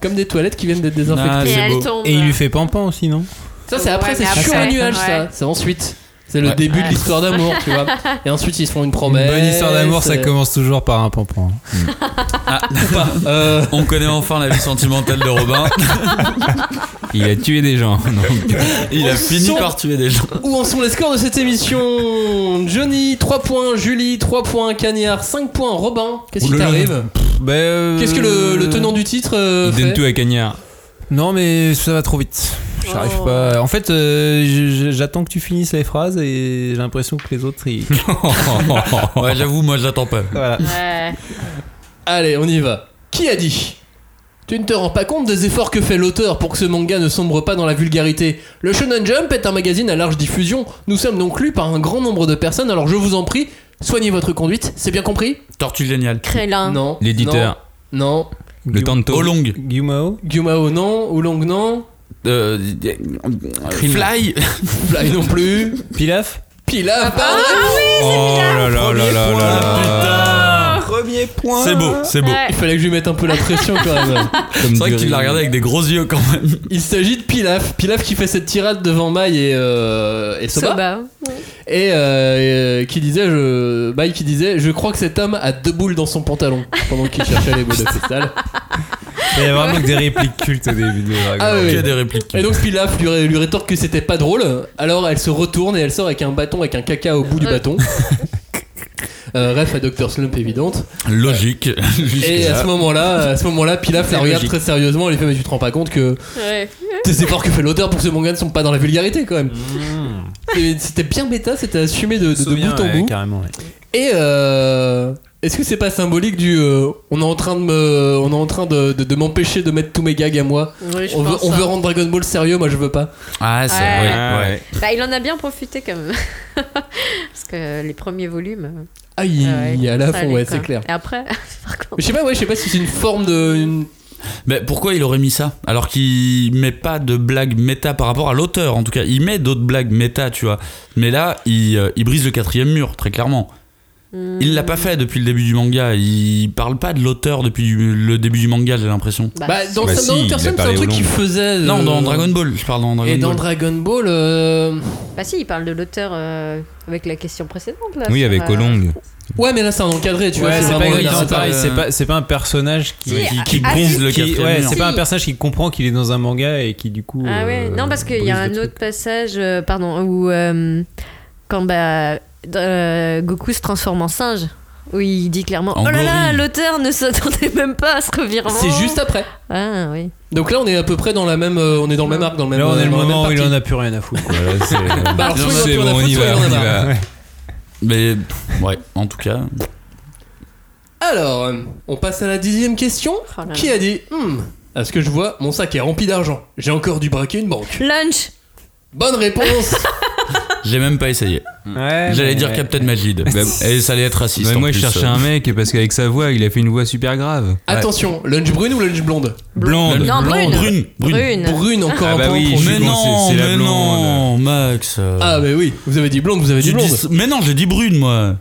Speaker 1: Comme des toilettes qui viennent d'être désinfectées.
Speaker 2: Ah,
Speaker 4: Et
Speaker 2: c'est
Speaker 4: elle
Speaker 2: beau.
Speaker 4: tombe.
Speaker 3: Et il lui fait pampan aussi, non
Speaker 1: Ça, c'est après,
Speaker 4: Ouais,
Speaker 1: c'est
Speaker 4: mais
Speaker 1: sur
Speaker 4: après,
Speaker 1: un nuage, ça.
Speaker 4: ouais.
Speaker 1: C'est ensuite. C'est le
Speaker 2: Ouais.
Speaker 1: début de
Speaker 4: Ouais.
Speaker 1: l'histoire d'amour, tu
Speaker 4: [laughs]
Speaker 1: vois. Et ensuite, ils se font une
Speaker 3: Une
Speaker 1: promesse.
Speaker 3: bonne histoire d'amour, ça
Speaker 1: euh,
Speaker 3: commence toujours par un pampan. [laughs]
Speaker 2: Ah, [laughs] pas-
Speaker 1: euh,
Speaker 2: on connaît enfin la vie sentimentale de
Speaker 3: [laughs]
Speaker 2: Robin.
Speaker 5: Il a tué des gens. donc.
Speaker 2: Il a fini
Speaker 1: Son-
Speaker 2: par tuer des gens.
Speaker 1: Où en sont les scores de cette émission Johnny, 3 points. Julie, 3 points. Cagnard, 5 points. Robin, qu'est-ce qui
Speaker 3: Oulala.
Speaker 1: t'arrive
Speaker 3: bah, euh,
Speaker 1: Qu'est-ce que le, le tenant du titre euh,
Speaker 5: Il
Speaker 1: fait
Speaker 5: donne tout à Cagnard.
Speaker 3: Non, mais ça va trop vite. J'arrive
Speaker 4: Oh.
Speaker 3: pas. En fait, euh, je- je- j'attends que tu finisses les phrases et j'ai l'impression que les autres. Ils...
Speaker 2: [laughs]
Speaker 3: [laughs]
Speaker 2: Ouais, j'avoue, moi, je l'attends pas.
Speaker 3: voilà.
Speaker 4: Mm,
Speaker 1: [laughs]
Speaker 4: Ouais.
Speaker 1: Allez, on y va. Qui a dit Tu ne te rends pas compte des efforts que fait l'auteur pour que ce manga ne sombre pas dans la vulgarité. Le Shonen Jump est un magazine à large diffusion. Nous sommes donc lus par un grand nombre de personnes, alors je vous en prie, soignez votre conduite, c'est bien compris
Speaker 2: Tortue géniale.
Speaker 4: Crélin.
Speaker 1: Non.
Speaker 5: L'éditeur.
Speaker 1: Non. non.
Speaker 5: Le temps de taux.
Speaker 2: Olong.
Speaker 3: Guimao
Speaker 1: Gumao, non. Oolong, non.
Speaker 2: Euh,
Speaker 1: [laughs]
Speaker 2: Fly.
Speaker 1: Fly non plus.
Speaker 3: Pilaf
Speaker 1: Pilaf, Ah, pardon.
Speaker 3: Oh là là là là
Speaker 2: là.
Speaker 3: Premier point
Speaker 2: C'est beau, c'est beau.
Speaker 4: Ouais.
Speaker 1: Il fallait que je lui mette un peu la pression quand même.
Speaker 2: C'est vrai que tu l'as regardé avec des gros yeux quand même.
Speaker 1: Il s'agit de Pilaf. Pilaf qui fait cette tirade devant Mai et, euh, et Soba.
Speaker 4: Soba.
Speaker 1: et, euh, et, euh, qui disait je Mike qui disait je crois que cet homme a deux boules dans son pantalon pendant qu'il cherchait les boules de cristal
Speaker 3: Il y
Speaker 2: [laughs]
Speaker 3: a vraiment que des répliques cultes au début de Dragon
Speaker 1: Ah
Speaker 3: Ball.
Speaker 1: oui.
Speaker 2: Il y a des répliques.
Speaker 1: et donc Pilaf lui, ré- lui rétorque que c'était pas drôle alors elle se retourne et elle sort avec un bâton avec un caca au bout du bâton Euh, ref à Dr Slump évidente
Speaker 2: Logique. [laughs]
Speaker 1: et à ce moment là à ce moment là Pilaf la
Speaker 2: C'est
Speaker 1: regarde
Speaker 2: logique.
Speaker 1: très sérieusement elle lui fait mais tu te rends pas compte que
Speaker 4: Ouais.
Speaker 1: tes efforts que fait l'auteur pour ce manga ne sont pas dans la vulgarité quand même
Speaker 5: Hmm.
Speaker 1: Et c'était bien méta c'était assumé de, de- de bout en bout
Speaker 3: Carrément, ouais.
Speaker 1: Et euh, est-ce que c'est pas symbolique du euh, on est en train de me, on est en train de, de- de m'empêcher de mettre tous mes gags à moi.
Speaker 4: Oui, je
Speaker 1: On veut,
Speaker 4: pense,
Speaker 1: on
Speaker 4: hein.
Speaker 1: veut rendre Dragon Ball sérieux, moi je veux pas.
Speaker 2: Ah, c'est
Speaker 4: Ouais.
Speaker 2: ouais, ouais.
Speaker 4: Bah, il en a bien profité quand même. [laughs] Parce que les premiers volumes.
Speaker 1: Ah il
Speaker 4: ah ouais,
Speaker 1: il est à la
Speaker 4: ça
Speaker 1: fond,
Speaker 4: allait,
Speaker 1: ouais
Speaker 4: quoi.
Speaker 1: c'est clair.
Speaker 4: Et après, [laughs] par contre.
Speaker 1: Mais Je sais pas, ouais, je sais pas si c'est une forme de. une-
Speaker 2: Mais pourquoi il aurait mis ça Alors qu'il met pas de blague méta par rapport à l'auteur, en tout cas. Il met d'autres blagues méta, tu vois. Mais là, il, euh, il brise le quatrième mur, très clairement. Il l'a pas fait depuis le début du manga. Il parle pas de l'auteur depuis du- le début du manga, j'ai l'impression.
Speaker 4: Bah,
Speaker 1: Bah, dans
Speaker 5: bah
Speaker 1: dans
Speaker 5: si,
Speaker 1: Hunter
Speaker 5: il a
Speaker 1: Sun, c'est un
Speaker 5: parlé
Speaker 1: truc
Speaker 5: au long.
Speaker 1: qu'il faisait.
Speaker 2: Non,
Speaker 1: euh,
Speaker 2: dans Dragon Ball, je parle dans Dragon
Speaker 1: Et dans
Speaker 2: Ball.
Speaker 1: Dragon Ball, euh,
Speaker 4: Bah si, il parle de l'auteur euh, avec la question précédente là.
Speaker 5: Oui,
Speaker 4: sur
Speaker 5: avec
Speaker 4: la-
Speaker 5: Olong.
Speaker 1: Ouais, mais là c'est un encadré, tu vois.
Speaker 3: Ouais, c'est pas
Speaker 1: vraiment
Speaker 3: gris,
Speaker 1: là,
Speaker 3: c'est pareil,
Speaker 1: euh,
Speaker 3: c'est pas, c'est pas un personnage qui,
Speaker 4: Si,
Speaker 3: qui,
Speaker 4: ah,
Speaker 3: qui
Speaker 4: ah,
Speaker 3: brise
Speaker 4: si.
Speaker 3: le
Speaker 2: Qui-
Speaker 3: quatrième
Speaker 2: ouais,
Speaker 3: mur.
Speaker 4: si.
Speaker 3: C'est pas un personnage qui comprend qu'il est dans un manga et qui du coup.
Speaker 4: Ah ouais,
Speaker 3: euh,
Speaker 4: non, parce qu'il y a
Speaker 3: brise
Speaker 4: un
Speaker 3: le
Speaker 4: autre
Speaker 3: truc.
Speaker 4: passage, euh, pardon, où euh, quand bah, euh, Goku se transforme en singe, où il dit clairement
Speaker 2: En
Speaker 4: Oh là là,
Speaker 2: gorille.
Speaker 4: l'auteur ne s'attendait même pas à ce revirement.
Speaker 1: C'est juste après.
Speaker 4: Ah oui.
Speaker 1: Donc là, on est à peu près dans la même, euh, on est dans le même arc, dans le même.
Speaker 3: Là, on
Speaker 1: euh,
Speaker 3: est le
Speaker 1: dans la
Speaker 3: moment où
Speaker 1: même
Speaker 3: il en
Speaker 1: partie.
Speaker 3: a plus rien à foutre. quoi.
Speaker 2: Voilà, c'est-
Speaker 3: [laughs]
Speaker 1: Bah, alors, soit il en a
Speaker 2: C'est
Speaker 1: plus
Speaker 2: bon,
Speaker 1: rien à
Speaker 2: on y
Speaker 1: foutre, soit il
Speaker 2: va,
Speaker 1: en a
Speaker 2: on y
Speaker 1: marre.
Speaker 2: va. Mais ouais, en tout cas,
Speaker 1: Alors, euh, on passe à la dixième question.
Speaker 4: Oh là
Speaker 1: Qui
Speaker 4: là.
Speaker 1: a dit Hmm, À ce que je vois, mon sac est rempli d'argent. J'ai encore dû braquer une banque.
Speaker 4: Lunch
Speaker 1: Bonne
Speaker 3: [laughs]
Speaker 1: réponse.
Speaker 2: j'ai même pas essayé.
Speaker 3: Ouais,
Speaker 2: J'allais
Speaker 3: mais-
Speaker 2: dire Captain Majid. Et ça allait être raciste.
Speaker 5: Bah,
Speaker 2: en
Speaker 5: moi, je
Speaker 2: plus.
Speaker 5: cherchais un mec parce qu'avec sa voix, il a fait une voix super grave.
Speaker 1: Attention, lunch brune ou lunch blonde
Speaker 2: blonde.
Speaker 4: Non, brune.
Speaker 2: brune.
Speaker 4: Brune.
Speaker 1: Brune, encore
Speaker 5: Ah
Speaker 1: un
Speaker 5: bah
Speaker 1: point
Speaker 5: oui,
Speaker 1: pour
Speaker 5: je-
Speaker 2: Mais
Speaker 5: suis
Speaker 1: Jules.
Speaker 5: con,
Speaker 2: non,
Speaker 5: c'est- c'est la
Speaker 2: mais
Speaker 5: blonde.
Speaker 2: non, Max. euh,
Speaker 1: Ah bah oui, vous avez dit blonde, vous avez dit
Speaker 2: tu
Speaker 1: blonde.
Speaker 2: dis- Mais non, j'ai dit brune, moi.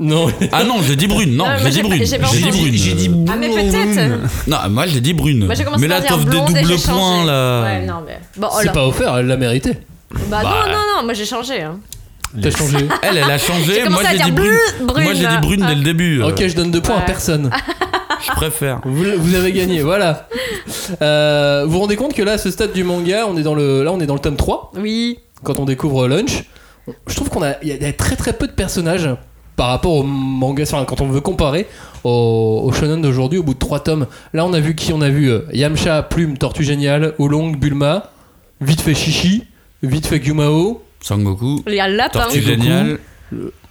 Speaker 1: Non.
Speaker 2: Ah non, j'ai dit brune. Non,
Speaker 4: Ah, moi,
Speaker 2: j'ai dit
Speaker 4: j'ai pas-
Speaker 2: brune.
Speaker 4: j'ai pas
Speaker 2: J'ai dit
Speaker 4: entendu.
Speaker 2: brune.
Speaker 1: J'ai dit
Speaker 4: Ah, mais peut-être
Speaker 2: Non, moi j'ai dit brune.
Speaker 4: Moi j'ai commencé
Speaker 2: mais là,
Speaker 4: par dire
Speaker 2: t'offres de
Speaker 4: blonde et
Speaker 2: double
Speaker 4: j'ai changé.
Speaker 2: points là.
Speaker 4: Ouais, non, mais. Bon, oh
Speaker 1: C'est
Speaker 4: là.
Speaker 1: pas offert, elle l'a mérité.
Speaker 4: Bah,
Speaker 2: Bah.
Speaker 4: non, non, non, moi j'ai changé. hein.
Speaker 1: T'as changé.
Speaker 3: [laughs]
Speaker 2: Elle,
Speaker 4: [laughs]
Speaker 2: elle a
Speaker 4: J'ai
Speaker 2: changé. Eh, Moi
Speaker 4: commencé à
Speaker 2: j'ai
Speaker 4: dire
Speaker 2: dit brune.
Speaker 4: bleu, brune. Ah.
Speaker 2: Moi j'ai dit brune dès le début. euh,
Speaker 1: Ok, je donne deux points à
Speaker 4: Ouais.
Speaker 1: personne.
Speaker 2: Je préfère.
Speaker 1: Vous, vous avez gagné, voilà. Euh, vous vous rendez compte que là, à ce stade du manga, on est dans le, là, on est dans le tome 3,
Speaker 4: Oui.
Speaker 1: quand on découvre Lunch. Je trouve qu'on a, il y a- il y a très très peu de personnages par rapport au manga, enfin, quand on veut comparer au, au shonen d'aujourd'hui, au bout de 3 tomes. Là, on a vu qui On a vu euh, Yamcha, Plume, Tortue Géniale, Oolong, Bulma, vite fait Shishi, vite fait Gyumao.
Speaker 2: Sangoku.
Speaker 4: Il y a le lapin.
Speaker 2: Tortue
Speaker 1: Goku.
Speaker 2: géniale.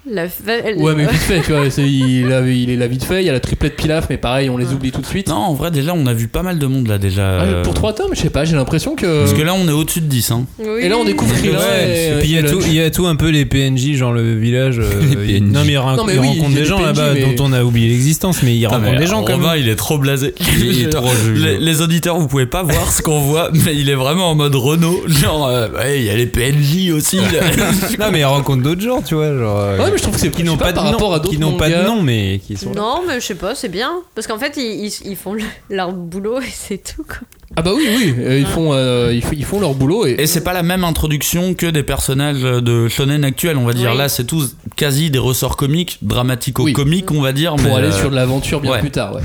Speaker 4: La fa-
Speaker 1: Ouais, mais vite fait, tu vois, c'est- il, a- il est là vite fait. Il y a la triplette Pilaf, mais pareil, on les oublie tout de suite.
Speaker 2: Non, en vrai, déjà, on a vu pas mal de monde là déjà.
Speaker 1: Ah, mais
Speaker 2: euh,
Speaker 1: pour euh, 3 tomes, je sais pas, j'ai l'impression que.
Speaker 2: Parce que là, on est au-dessus de 10. Hein.
Speaker 4: [laughs] Oui.
Speaker 1: Et là, on découvre
Speaker 3: Ouais,
Speaker 1: Krillin
Speaker 3: et
Speaker 1: et,
Speaker 3: puis il y, a
Speaker 1: et
Speaker 3: tout-
Speaker 1: Lunch.
Speaker 3: il y a tout un peu les PNJ, genre le
Speaker 5: [laughs]
Speaker 3: village. euh,
Speaker 2: Les
Speaker 3: il- Non, mais il,
Speaker 1: Non, mais
Speaker 3: il
Speaker 1: oui, il y
Speaker 3: rencontre
Speaker 1: a
Speaker 3: des
Speaker 1: des
Speaker 3: gens
Speaker 1: PNJ,
Speaker 3: là-bas
Speaker 1: mais-
Speaker 3: dont on a oublié l'existence, mais il
Speaker 2: Putain,
Speaker 3: rencontre
Speaker 2: mais
Speaker 3: des gens quand
Speaker 2: Romain,
Speaker 3: même.
Speaker 2: il est trop blasé.
Speaker 5: [laughs] Il est
Speaker 3: [laughs]
Speaker 5: trop joli.
Speaker 2: les, les auditeurs, vous pouvez pas voir ce qu'on voit, mais il est vraiment en mode Renault. Genre, euh, ouais, il y a les PNJ aussi. là.
Speaker 3: Non, mais il rencontre d'autres gens, tu vois, genre. euh,
Speaker 1: Ah Ouais, mais je trouve que c'est
Speaker 3: qui n'ont
Speaker 1: je sais
Speaker 3: pas, de
Speaker 1: par
Speaker 3: nom,
Speaker 1: rapport à d'autres
Speaker 3: qui n'ont pas de
Speaker 1: mangas.
Speaker 3: nom, mais qui sont. là.
Speaker 4: Non, mais je sais pas, c'est bien. Parce qu'en fait, ils, ils- ils font le- leur boulot et c'est tout, quoi.
Speaker 1: Ah bah oui, oui, euh, ils font, euh, ils, f- ils font leur boulot et.
Speaker 2: Et c'est pas la même introduction que des personnages de shonen actuels, on va dire.
Speaker 4: Oui.
Speaker 2: Là, c'est tous quasi des ressorts comiques, dramatico-comiques, on va dire. mais,
Speaker 1: pour aller
Speaker 2: euh,
Speaker 1: sur de l'aventure bien
Speaker 2: ouais.
Speaker 1: plus tard, ouais.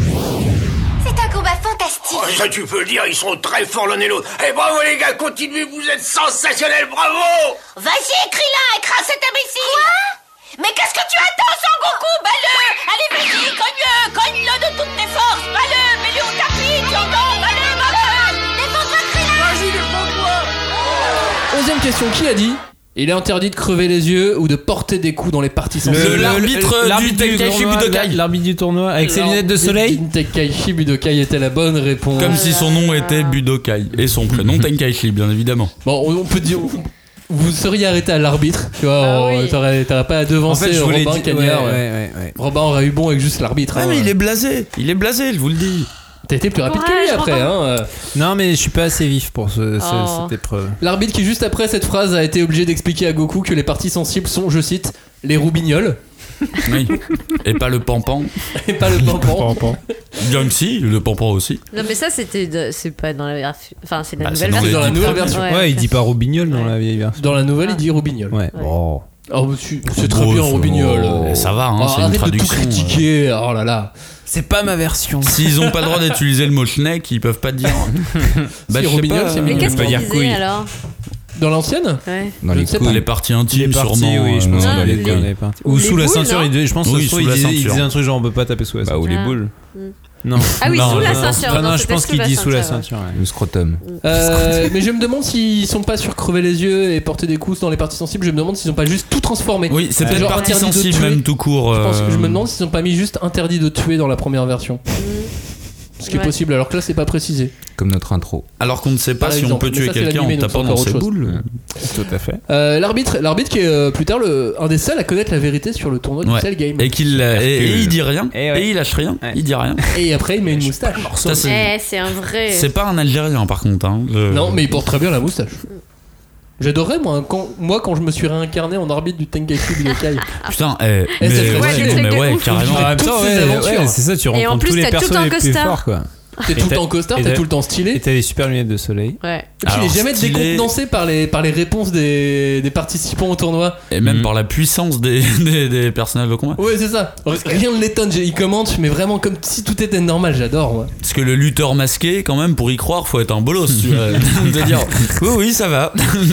Speaker 10: C'est un combat fantastique.
Speaker 8: Oh, ça tu peux le dire, ils sont très forts l'un et l'autre. Eh bravo les gars, continuez, vous êtes sensationnels, bravo
Speaker 10: Vas-y, écris-la, écrase cet imbécile Quoi Mais qu'est-ce que tu attends, Sangoku Bats-le Allez, vas-y, cogne-le Cogne-le de toutes tes forces Bats-le Mets-le au tapis, tu entends Bats-le, bats-le Défends-toi, Krillin Vas-y, défends-toi
Speaker 1: Onzième question, qui a dit Il est interdit de crever les yeux ou de porter des coups dans les parties sensibles
Speaker 2: le- l'arbitre du Tenkaichi
Speaker 3: tournoi,
Speaker 2: Budokai.
Speaker 3: L'arbitre du tournoi avec ses
Speaker 1: Alors,
Speaker 3: lunettes de soleil.
Speaker 1: Tenkaichi Budokai était la bonne réponse.
Speaker 2: Comme si son nom était Budokai et son [laughs] prénom Tenkaichi, bien évidemment.
Speaker 1: Bon, on, on peut dire. Vous seriez arrêté à l'arbitre, tu vois,
Speaker 4: Ah
Speaker 1: on-
Speaker 4: oui.
Speaker 1: t'aurais t'aurais pas à devancer
Speaker 3: voulais
Speaker 1: Robin
Speaker 3: dire-
Speaker 1: Cagnard.
Speaker 3: ouais,
Speaker 1: ouais.
Speaker 3: ouais, ouais, ouais.
Speaker 1: Robin aurait eu bon avec juste l'arbitre.
Speaker 2: Ah,
Speaker 1: hein.
Speaker 2: mais il est blasé, il est blasé, je vous le dis.
Speaker 1: T'as été plus rapide que
Speaker 4: Courage,
Speaker 1: lui après, hein. euh.
Speaker 3: Non, mais je suis pas assez vif pour ce- ce-
Speaker 4: Oh.
Speaker 3: cette épreuve.
Speaker 1: L'arbitre qui juste après cette phrase a été obligé d'expliquer à Goku que les parties sensibles sont, je cite, les roubignoles
Speaker 2: Oui. Et pas le pampan.
Speaker 1: et
Speaker 2: [laughs]
Speaker 1: pas le pampan.
Speaker 2: Bien que si, le pampan aussi.
Speaker 4: Non, mais ça, c'était. de- C'est pas dans la. version- Enfin, c'est la
Speaker 2: Bah,
Speaker 4: nouvelle
Speaker 2: c'est dans
Speaker 1: C'est
Speaker 4: version.
Speaker 1: dans la
Speaker 2: Ouais,
Speaker 1: nouvelle
Speaker 2: dit-
Speaker 1: version.
Speaker 3: Ouais, il dit pas Robignol dans la vieille version.
Speaker 1: Dans la nouvelle, il dit roubignoles
Speaker 3: Ouais. Oh.
Speaker 1: Oh, mais tu- c'est très
Speaker 2: Bon,
Speaker 1: bien
Speaker 2: ça-
Speaker 1: roubignoles
Speaker 2: Eh, Ça va, hein,
Speaker 1: Oh,
Speaker 2: c'est une
Speaker 1: arrête
Speaker 2: traduction.
Speaker 1: de tout critiquer. Oh là là.
Speaker 3: C'est pas ma version.
Speaker 2: euh. S'ils ont pas le droit d'utiliser le mot schneck, ils peuvent
Speaker 3: [laughs]
Speaker 2: pas te dire. bah,
Speaker 1: Si,
Speaker 2: je sais
Speaker 1: Robignol,
Speaker 2: pas,
Speaker 1: c'est
Speaker 2: euh,
Speaker 1: mignon.
Speaker 4: Mais qu'est-ce
Speaker 2: on peut
Speaker 4: qu'on
Speaker 2: dire
Speaker 4: disait
Speaker 2: couille.
Speaker 4: alors
Speaker 1: Dans l'ancienne
Speaker 4: Ouais.
Speaker 5: Dans
Speaker 1: Je
Speaker 5: les
Speaker 1: ne sais
Speaker 5: couilles.
Speaker 2: Les parties intimes,
Speaker 3: parti,
Speaker 2: sûrement.
Speaker 3: oui, je
Speaker 2: euh,
Speaker 3: pense.
Speaker 4: Ah,
Speaker 2: dans les
Speaker 4: les-
Speaker 2: couilles.
Speaker 3: connais pas.
Speaker 4: Ou
Speaker 3: Ou
Speaker 4: les
Speaker 3: sous la
Speaker 4: boules,
Speaker 3: ceinture,
Speaker 4: non
Speaker 3: il devait- je pense
Speaker 2: Oui,
Speaker 3: que
Speaker 2: sous
Speaker 3: il
Speaker 2: la
Speaker 3: disait- il
Speaker 2: ceinture.
Speaker 3: disait un truc genre on peut pas taper sous la
Speaker 5: Bah,
Speaker 3: ceinture.
Speaker 5: ou les
Speaker 4: Ah.
Speaker 5: boules.
Speaker 3: Non.
Speaker 4: Ah oui,
Speaker 2: Non,
Speaker 4: sous la
Speaker 2: non,
Speaker 4: ceinture.
Speaker 3: Non, non, je
Speaker 4: c'était
Speaker 3: pense
Speaker 4: sous
Speaker 3: qu'il
Speaker 4: la
Speaker 3: dit sous la
Speaker 4: ceinture, ouais.
Speaker 3: ceinture. ouais.
Speaker 5: Le scrotum.
Speaker 1: Euh, Mais je me demande s'ils sont pas sur crever les yeux et porter des coups dans les parties sensibles. Je me demande s'ils ont pas juste tout transformé.
Speaker 2: Oui, c'est peut-être
Speaker 1: Genre
Speaker 2: partie
Speaker 1: interdit de
Speaker 2: sensible,
Speaker 1: tuer.
Speaker 2: même tout court.
Speaker 1: Je, pense que je me
Speaker 2: euh,
Speaker 1: demande s'ils ont pas mis juste interdit de tuer dans la première version. Ce qui
Speaker 4: Ouais.
Speaker 1: est possible, alors que là, c'est pas précisé.
Speaker 5: Comme notre intro.
Speaker 2: Alors qu'on ne sait pas
Speaker 1: Par
Speaker 2: si on
Speaker 1: exemple.
Speaker 2: peut
Speaker 1: Mais
Speaker 2: tuer
Speaker 1: ça, c'est
Speaker 2: quelqu'un en
Speaker 1: l'animé, donc
Speaker 2: tapant
Speaker 1: c'est
Speaker 2: dans
Speaker 1: encore
Speaker 2: ses
Speaker 1: autre chose.
Speaker 2: boules.
Speaker 3: Tout à fait.
Speaker 1: Euh, l'arbitre, l'arbitre qui est euh, plus tard le, un des seuls à connaître la vérité sur le tournoi
Speaker 2: Ouais.
Speaker 1: du Cell Game.
Speaker 2: Et qu'il euh, et, et il dit rien,
Speaker 3: Eh
Speaker 2: et,
Speaker 3: ouais.
Speaker 2: il lâche rien,
Speaker 3: Ouais.
Speaker 2: il dit rien.
Speaker 1: Et après, il met une moustache.
Speaker 2: Ça, c'est
Speaker 4: Eh, c'est un vrai.
Speaker 2: c'est pas un Algérien par contre. hein. Le-
Speaker 1: Non, mais il porte très bien la moustache. J'adorais, moi, hein, quand, moi, quand je me suis réincarné en arbitre du Tenkaichi Budokai.
Speaker 2: putain, eh,
Speaker 1: Eh,
Speaker 2: mais
Speaker 1: ça, je
Speaker 2: ouais,
Speaker 1: le vois,
Speaker 2: mais
Speaker 4: le truc de
Speaker 2: ouais,
Speaker 4: ouf.
Speaker 2: carrément.
Speaker 3: En même
Speaker 1: Toutes
Speaker 3: temps,
Speaker 1: ces
Speaker 3: ouais,
Speaker 1: aventures.
Speaker 3: ouais, c'est ça, tu
Speaker 4: en
Speaker 3: rencontres
Speaker 4: plus,
Speaker 3: tous les
Speaker 4: t'as tout un
Speaker 3: personnages les plus
Speaker 4: costard.
Speaker 3: forts, quoi.
Speaker 1: T'es tout le temps en costard, t'es tout le temps
Speaker 3: stylé. Et t'as des super lunettes de soleil.
Speaker 1: Ouais. Je n'ai
Speaker 2: Alors,
Speaker 1: jamais été
Speaker 2: stylé.
Speaker 1: décompensé par les, par les réponses des, des participants au tournoi.
Speaker 2: Et même par la puissance des, [laughs] des, des personnages de combat.
Speaker 1: Ouais, c'est ça. Rien ne l'étonne, j'ai- il commente, mais vraiment comme si tout était normal, j'adore, moi.
Speaker 2: Parce que le lutteur masqué, quand même, pour y croire, faut être un bolos,
Speaker 1: [laughs]
Speaker 2: tu vois. De dire, oui, oui, ça va.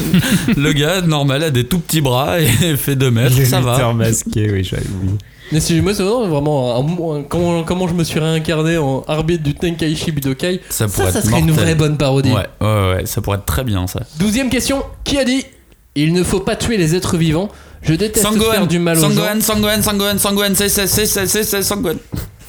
Speaker 2: [laughs] le gars, normal, a des tout petits bras et [laughs] fait 2 mètres,
Speaker 3: Le
Speaker 2: ça va.
Speaker 3: lutteur masqué, oui, j'avais oublié.
Speaker 1: Mais si moi, c'est vraiment- vraiment un- un- comment, comment je me suis réincarné en arbitre du Tenkaichi Budokai.
Speaker 2: Ça pourrait
Speaker 1: ça,
Speaker 2: être
Speaker 1: serait une
Speaker 2: mortel.
Speaker 1: vraie bonne parodie.
Speaker 2: Ouais, ouais, ouais, ça pourrait être très bien, ça.
Speaker 1: Douzième question qui a dit Il ne faut pas tuer les êtres vivants. Je déteste faire
Speaker 2: Sangohan,
Speaker 1: du mal aux gens.
Speaker 2: Sangohan, Sangohan, Sangohan, Sangohan, c'est, c'est, c'est, c'est, c'est, c'est Sangohan.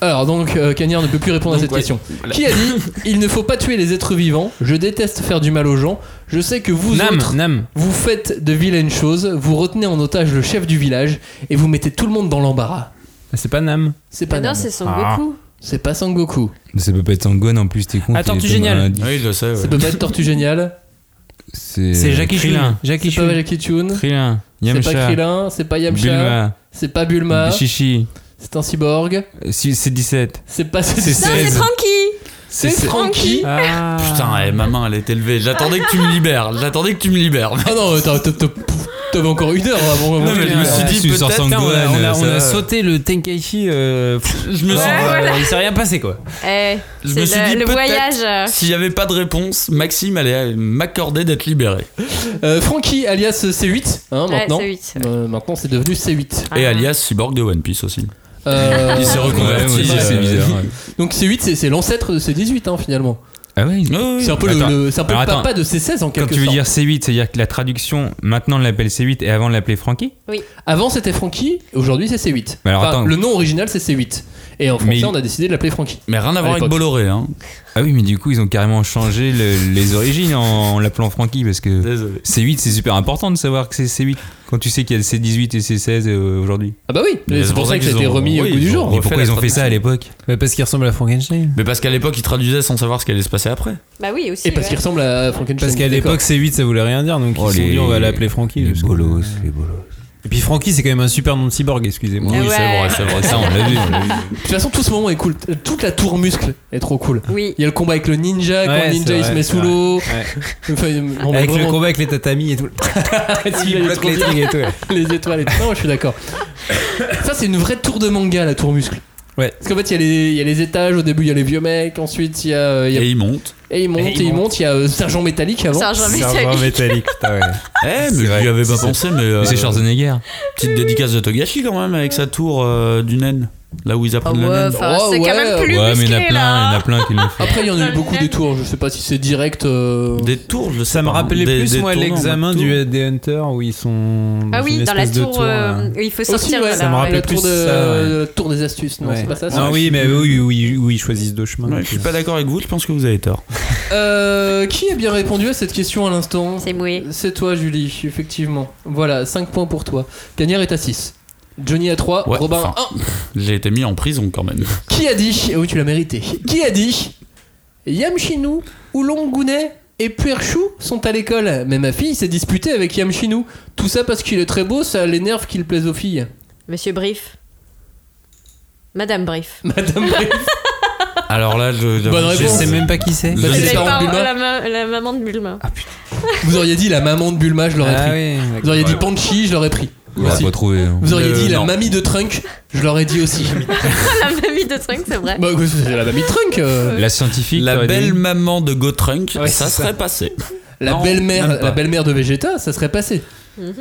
Speaker 1: Alors donc euh, Cagnard ne peut plus répondre à
Speaker 2: Donc,
Speaker 1: cette
Speaker 2: ouais,
Speaker 1: question.
Speaker 2: voilà.
Speaker 1: Qui a dit il ne faut pas tuer les êtres vivants Je déteste faire du mal aux gens. Je sais que vous
Speaker 3: Nam,
Speaker 1: autres,
Speaker 3: Nam.
Speaker 1: vous faites de vilaines choses. Vous retenez en otage le chef du village et vous mettez tout le monde dans l'embarras.
Speaker 3: C'est pas Nam. Ah
Speaker 1: C'est pas
Speaker 4: non,
Speaker 1: Nam.
Speaker 4: c'est son
Speaker 5: Ah.
Speaker 4: Goku.
Speaker 1: C'est pas Sangoku.
Speaker 5: Ça peut pas être Sangon en plus, t'es con.
Speaker 3: Attends,
Speaker 5: t'es
Speaker 3: tu
Speaker 5: comme
Speaker 3: génial.
Speaker 5: un-
Speaker 2: Ah, Oui, je le sais,
Speaker 1: Ça
Speaker 2: ouais.
Speaker 1: peut pas être Tortue Géniale.
Speaker 5: C'est
Speaker 3: C'est Jackie Chun.
Speaker 5: Krillin.
Speaker 3: Jackie
Speaker 1: C'est pas
Speaker 3: Chun.
Speaker 1: Jackie Chun.
Speaker 5: Krillin.
Speaker 1: C'est
Speaker 5: Yamcha.
Speaker 1: pas Krillin. C'est pas Yamcha.
Speaker 5: Bulma.
Speaker 1: C'est pas Bulma.
Speaker 5: Chichi.
Speaker 1: C'est un cyborg.
Speaker 5: Euh, si- C'est 17.
Speaker 1: C'est pas.
Speaker 4: Non, c'est
Speaker 5: 16.
Speaker 4: Frankie
Speaker 1: C'est Frankie.
Speaker 3: Ah.
Speaker 2: Putain, eh, ma main, elle est élevée. J'attendais que tu me libères. J'attendais que tu me libères. [laughs]
Speaker 1: Ah non, attends, t'as- t'as- t'avais encore une heure hein, avant. avant
Speaker 2: Non, mais
Speaker 1: que-
Speaker 2: je me suis dit,
Speaker 5: Tu sors
Speaker 2: peut-être,
Speaker 5: Sangohan,
Speaker 3: Putain, on a, on a-
Speaker 5: euh,
Speaker 3: on
Speaker 5: ça
Speaker 3: a
Speaker 5: va.
Speaker 3: sauté le Tenkaichi. euh, pff,
Speaker 2: je me
Speaker 3: genre,
Speaker 2: suis
Speaker 3: euh, Il s'est rien passé quoi.
Speaker 4: Eh,
Speaker 2: Ah. Je
Speaker 4: c'est
Speaker 2: me suis
Speaker 4: le,
Speaker 2: dit
Speaker 4: le
Speaker 2: peut-être-
Speaker 4: voyage. euh,
Speaker 2: S'il n'y avait pas de réponse, Maxime allait euh, m'accorder d'être libéré.
Speaker 1: Euh, Frankie alias C8, hein,
Speaker 4: Ouais,
Speaker 1: maintenant.
Speaker 4: c'est huit.
Speaker 1: Euh, maintenant c'est devenu C8.
Speaker 2: Et
Speaker 4: Ah.
Speaker 2: alias Cyborg de One Piece aussi.
Speaker 1: Euh,
Speaker 2: Il s'est reconverti.
Speaker 5: ouais, c'est
Speaker 2: euh,
Speaker 5: bizarre, ouais.
Speaker 1: donc C8 c'est- c'est l'ancêtre de C18 hein, finalement.
Speaker 5: Ah oui.
Speaker 2: Ouais, ouais.
Speaker 1: C'est un peu, le,
Speaker 5: Attends.
Speaker 1: le- c'est un peu
Speaker 5: Alors,
Speaker 1: le
Speaker 5: attends.
Speaker 1: papa de C16 en
Speaker 5: Quand
Speaker 1: quelque
Speaker 5: tu veux
Speaker 1: sorte.
Speaker 5: dire C8, c'est-à-dire que la traduction, maintenant on l'appelle C8 et avant on l'appelait Frankie
Speaker 1: Avant c'était Frankie, aujourd'hui c'est C8.
Speaker 5: Mais alors,
Speaker 1: Enfin,
Speaker 5: attends.
Speaker 1: le nom original c'est C8. Et en français
Speaker 5: il-
Speaker 1: on a décidé de l'appeler Frankie.
Speaker 2: Mais rien à
Speaker 1: À
Speaker 2: voir avec
Speaker 1: l'époque.
Speaker 2: Bolloré. Hein.
Speaker 5: Ah oui, mais du coup, ils ont carrément changé le- les origines en, en l'appelant Frankie parce que
Speaker 2: Désolé.
Speaker 5: C8, c'est super important de savoir que c'est C8 quand tu sais qu'il y a C18 et C16 euh, aujourd'hui.
Speaker 1: Ah bah oui,
Speaker 2: Mais
Speaker 1: c'est pour ça que ça a
Speaker 2: qu'ils
Speaker 1: été
Speaker 2: ont-
Speaker 1: remis
Speaker 2: oui,
Speaker 1: au goût du
Speaker 2: ils ont
Speaker 1: jour.
Speaker 5: Et
Speaker 2: refait
Speaker 5: pourquoi
Speaker 2: la
Speaker 5: ils ont fait ça à
Speaker 2: traduction.
Speaker 5: l'époque
Speaker 3: parce qu'il ressemble à Frankenstein.
Speaker 2: Mais parce qu'à l'époque, il traduisait sans savoir ce qui allait se passer après.
Speaker 4: Bah oui, aussi.
Speaker 1: Et parce
Speaker 4: ouais.
Speaker 1: qu'il ressemble à Frankenstein.
Speaker 3: Parce qu'à
Speaker 1: d'accord.
Speaker 3: l'époque, C8, ça voulait rien dire. Donc
Speaker 5: Oh,
Speaker 3: ils se sont
Speaker 5: les-
Speaker 3: dit, on va l'appeler Frankie.
Speaker 5: Les
Speaker 3: parce que-
Speaker 5: bolos, les bolos.
Speaker 3: Et puis Frankie, c'est quand même un super nom de cyborg, excusez-moi.
Speaker 4: Ah
Speaker 2: Oui, c'est
Speaker 4: ouais.
Speaker 2: vrai, c'est vrai. Ça, on l'a vu. on l'a vu.
Speaker 1: De toute façon tout ce moment est cool. Toute la tour muscle est trop cool.
Speaker 4: Oui.
Speaker 1: Il y a le combat avec le ninja, quand
Speaker 3: Ouais,
Speaker 1: le
Speaker 3: c'est
Speaker 1: ninja il se
Speaker 3: vrai,
Speaker 1: met
Speaker 3: c'est
Speaker 1: sous
Speaker 3: vrai.
Speaker 1: l'eau.
Speaker 3: Ouais.
Speaker 1: Enfin, non, mais
Speaker 3: Avec le
Speaker 1: vraiment,
Speaker 3: combat avec les tatamis et tout.
Speaker 1: Il
Speaker 3: Il
Speaker 1: allait
Speaker 3: bloque les
Speaker 1: trop
Speaker 3: trucs et tout. ouais.
Speaker 1: les étoiles et tout. Non, je suis d'accord. Ça, c'est une vraie tour de manga, la tour muscle.
Speaker 3: Ouais.
Speaker 1: Parce qu'en fait, il y, a les- il y a les étages, au début, il y a les vieux mecs, ensuite, il y a. euh, il y a-
Speaker 2: Et il monte.
Speaker 1: et ils montent, et ils montent, il y a euh, Sergent Métallique avant.
Speaker 4: Sergent
Speaker 3: Serveur
Speaker 4: Métallique.
Speaker 3: métallique, putain, ouais.
Speaker 2: Eh, mais je
Speaker 5: vrai.
Speaker 2: lui avais pas
Speaker 5: C'est-
Speaker 2: pensé, mais. euh,
Speaker 5: Mais c'est Schwarzenegger.
Speaker 2: Petite dédicace de Togashi quand même, avec sa tour euh, du naine. Là où ils
Speaker 4: Ah
Speaker 2: apprennent le
Speaker 4: ouais,
Speaker 2: naine.
Speaker 4: enfin,
Speaker 1: Oh,
Speaker 4: c'est
Speaker 1: ouais.
Speaker 4: quand même plus
Speaker 5: Ouais, mais il y en a plein,
Speaker 4: musclé
Speaker 5: il y en
Speaker 4: là.
Speaker 5: a plein qui l'ont fait.
Speaker 1: Après, il y en a eu
Speaker 4: Dans
Speaker 1: beaucoup
Speaker 4: le
Speaker 1: des
Speaker 4: même.
Speaker 1: tours, je sais pas si c'est direct. euh,
Speaker 2: Des tours, je sais
Speaker 3: Ça [laughs] me
Speaker 2: pas, hein.
Speaker 3: rappelait
Speaker 2: Des-
Speaker 3: plus,
Speaker 2: des
Speaker 3: moi,
Speaker 2: tournants,
Speaker 3: l'examen
Speaker 2: des tours.
Speaker 3: du Des Hunter où ils sont.
Speaker 4: Ah oui,
Speaker 3: une
Speaker 4: dans la
Speaker 3: espèce de
Speaker 4: tour,
Speaker 3: là.
Speaker 4: euh, il faut
Speaker 1: Aussi,
Speaker 4: sortir
Speaker 1: ouais,
Speaker 4: de
Speaker 1: ça
Speaker 4: la-
Speaker 3: me
Speaker 1: la,
Speaker 3: rappelle
Speaker 1: tour,
Speaker 3: plus
Speaker 1: de,
Speaker 3: ça, ouais.
Speaker 1: euh, tour des astuces, non,
Speaker 3: Ouais.
Speaker 1: c'est pas ça. ça.
Speaker 3: Ah oui, mais eux, oui, oui, oui, ils choisissent deux chemins.
Speaker 2: Ouais, je suis pas d'accord avec vous, je pense que vous avez tort.
Speaker 1: Euh, qui a bien répondu à cette question à l'instant
Speaker 4: C'est moué.
Speaker 1: C'est toi, Julie, effectivement. Voilà, 5 points pour toi. Gagnère est à 6. Johnny à 3,
Speaker 2: Ouais,
Speaker 1: Robin
Speaker 2: enfin.
Speaker 1: à 1.
Speaker 2: J'ai été mis en prison quand même.
Speaker 1: Qui a dit Ah Oui, tu l'as mérité. Qui a dit Yamchinou, Oulongounet et Puerchou sont à l'école. Mais ma fille s'est disputée avec Yamchinou. Tout ça parce qu'il est très beau, ça l'énerve qu'il plaise aux filles. [laughs]
Speaker 4: Monsieur Brief. Madame Brief.
Speaker 1: Madame Brief.
Speaker 2: Alors là, je.
Speaker 1: Bonne
Speaker 2: je-
Speaker 3: Je
Speaker 1: réponse.
Speaker 3: sais même pas qui c'est.
Speaker 2: Je-
Speaker 1: Bah,
Speaker 2: je-
Speaker 1: c'est
Speaker 4: Les
Speaker 1: les parents de
Speaker 4: parents-
Speaker 1: Bulma.
Speaker 4: la, ma- la maman de Bulma.
Speaker 1: Vous auriez dit la maman de Bulma, je l'aurais
Speaker 3: Ah
Speaker 1: pris.
Speaker 3: oui.
Speaker 1: Vous auriez dit Panchi, je l'aurais pris.
Speaker 5: On l'a
Speaker 1: Aussi.
Speaker 5: pas trouvé. hein.
Speaker 1: Vous auriez
Speaker 2: Euh,
Speaker 1: dit la
Speaker 2: non.
Speaker 1: mamie de Trunk, je l'aurais dit aussi.
Speaker 4: [laughs] la mamie de Trunk,
Speaker 1: [laughs]
Speaker 4: c'est vrai.
Speaker 1: bah, c'est la mamie de Trunk. euh.
Speaker 5: La scientifique.
Speaker 2: La
Speaker 5: t'aurais dit
Speaker 2: belle maman de Gotrunk,
Speaker 1: Ouais,
Speaker 2: ça
Speaker 1: c'est ça.
Speaker 2: serait passé.
Speaker 1: La
Speaker 2: non, même
Speaker 1: belle-mère,
Speaker 2: pas.
Speaker 1: la belle-mère de Vegeta, ça serait passé.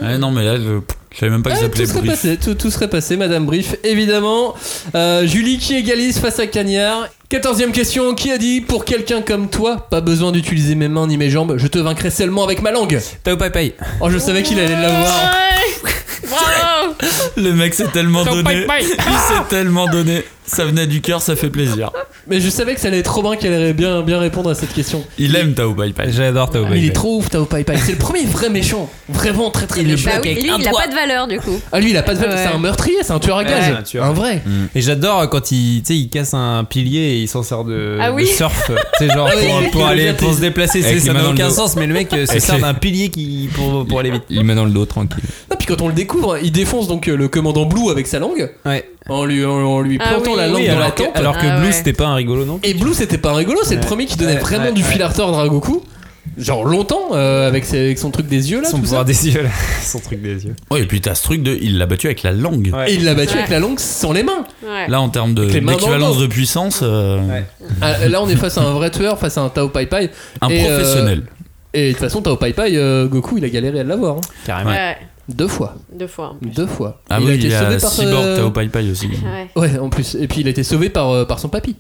Speaker 2: Ah, non, mais là, je, je savais même pas
Speaker 1: Ah,
Speaker 2: qu'il
Speaker 1: tout
Speaker 2: s'appelait
Speaker 1: serait
Speaker 2: Brief.
Speaker 1: passé, tout, tout serait passé, Madame Brief, évidemment. Euh, Julie qui égalise face à Cagnard. Quatorzième question, qui a dit pour quelqu'un comme toi, pas besoin d'utiliser mes mains ni mes jambes, je te vaincrai seulement avec ma langue.
Speaker 3: Tao Pai Pai.
Speaker 1: Oh, je savais qu'il allait l'avoir.
Speaker 4: Ouais. Bravo
Speaker 2: Le mec s'est tellement donné. Il s'est tellement donné. Ça venait du cœur, ça fait plaisir.
Speaker 1: Mais je savais que ça allait être Robin qui allait bien, bien répondre à cette question.
Speaker 2: Il aime Tao Pai Pai.
Speaker 3: J'adore Tao
Speaker 1: Mais
Speaker 3: Pai Pai.
Speaker 1: Ah, il est trop ouf, Tao Pai Pai. C'est le premier vrai méchant. Vraiment très très méchant.
Speaker 4: Bah oui, lui, il a pas de valeur du coup.
Speaker 1: Ah, lui, il a pas de
Speaker 4: Ouais.
Speaker 1: C'est un meurtrier, c'est un tueur à
Speaker 3: Ouais,
Speaker 1: gage.
Speaker 3: un tueur.
Speaker 1: un vrai.
Speaker 3: Et j'adore quand il, tu sais, il casse un pilier et il s'en sert de,
Speaker 4: Ah
Speaker 3: de
Speaker 4: oui.
Speaker 3: surf, tu sais, genre
Speaker 1: Ah oui,
Speaker 3: pour,
Speaker 1: oui,
Speaker 3: pour
Speaker 1: oui,
Speaker 3: aller
Speaker 1: oui,
Speaker 3: pour
Speaker 1: oui.
Speaker 3: se déplacer,
Speaker 5: Avec
Speaker 3: c'est-
Speaker 5: les
Speaker 3: ça
Speaker 5: mains
Speaker 3: n'a
Speaker 5: dans le
Speaker 3: aucun
Speaker 5: dos.
Speaker 3: sens, mais le mec euh, se
Speaker 5: Avec
Speaker 3: sert
Speaker 5: les-
Speaker 3: d'un pilier qui pour, pour aller vite.
Speaker 5: Il met dans le dos tranquille.
Speaker 1: Non, puis quand on le découvre, il défonce donc euh, le commandant Blue avec sa langue.
Speaker 3: Ouais.
Speaker 1: en lui, en, en lui
Speaker 4: Ah
Speaker 1: plantant
Speaker 4: oui.
Speaker 1: la
Speaker 4: Oui,
Speaker 1: lampe dans la
Speaker 3: alors, que,
Speaker 1: tempe.
Speaker 3: alors que
Speaker 4: Ah
Speaker 3: Blue
Speaker 4: ouais.
Speaker 3: c'était pas un rigolo non
Speaker 1: Et Blue, c'était pas un rigolo, c'est le
Speaker 3: Ouais.
Speaker 1: premier qui donnait
Speaker 3: Ouais,
Speaker 1: vraiment
Speaker 3: ouais,
Speaker 1: du fil
Speaker 3: ouais.
Speaker 1: à retordre à Goku. Genre longtemps, euh, avec, ses- avec son truc des yeux là.
Speaker 3: Son
Speaker 1: tout
Speaker 5: [laughs]
Speaker 1: ça.
Speaker 3: pouvoir des [laughs] yeux là. Son truc des yeux.
Speaker 2: Ouais, et puis t'as ce truc de. Il l'a battu avec la langue.
Speaker 3: Ouais.
Speaker 1: Et il l'a battu
Speaker 4: Ouais.
Speaker 1: avec la langue sans les mains.
Speaker 4: Ouais.
Speaker 2: Là, en termes de-
Speaker 1: Avec les mains dans le
Speaker 2: d'équivalence
Speaker 1: dos.
Speaker 2: de puissance, euh,
Speaker 3: Ouais.
Speaker 1: Ah, là, on est face à un vrai tueur, face à un Tao Pai Pai.
Speaker 2: un
Speaker 1: Et, euh,
Speaker 2: professionnel.
Speaker 1: Et de toute façon, Tao Pai Pai, euh, Goku, il a galéré à l'avoir. hein.
Speaker 3: Carrément.
Speaker 4: Ouais,
Speaker 1: Deux fois.
Speaker 4: deux fois.
Speaker 1: Deux fois.
Speaker 2: Ah
Speaker 1: il
Speaker 2: oui,
Speaker 1: a été
Speaker 2: il y
Speaker 1: sauvé
Speaker 2: a
Speaker 1: par
Speaker 2: Cyborg
Speaker 1: euh,
Speaker 2: Tao Pai Pai aussi.
Speaker 4: Ouais.
Speaker 1: Ouais, en plus. Et puis il a été sauvé par, euh, par son papy.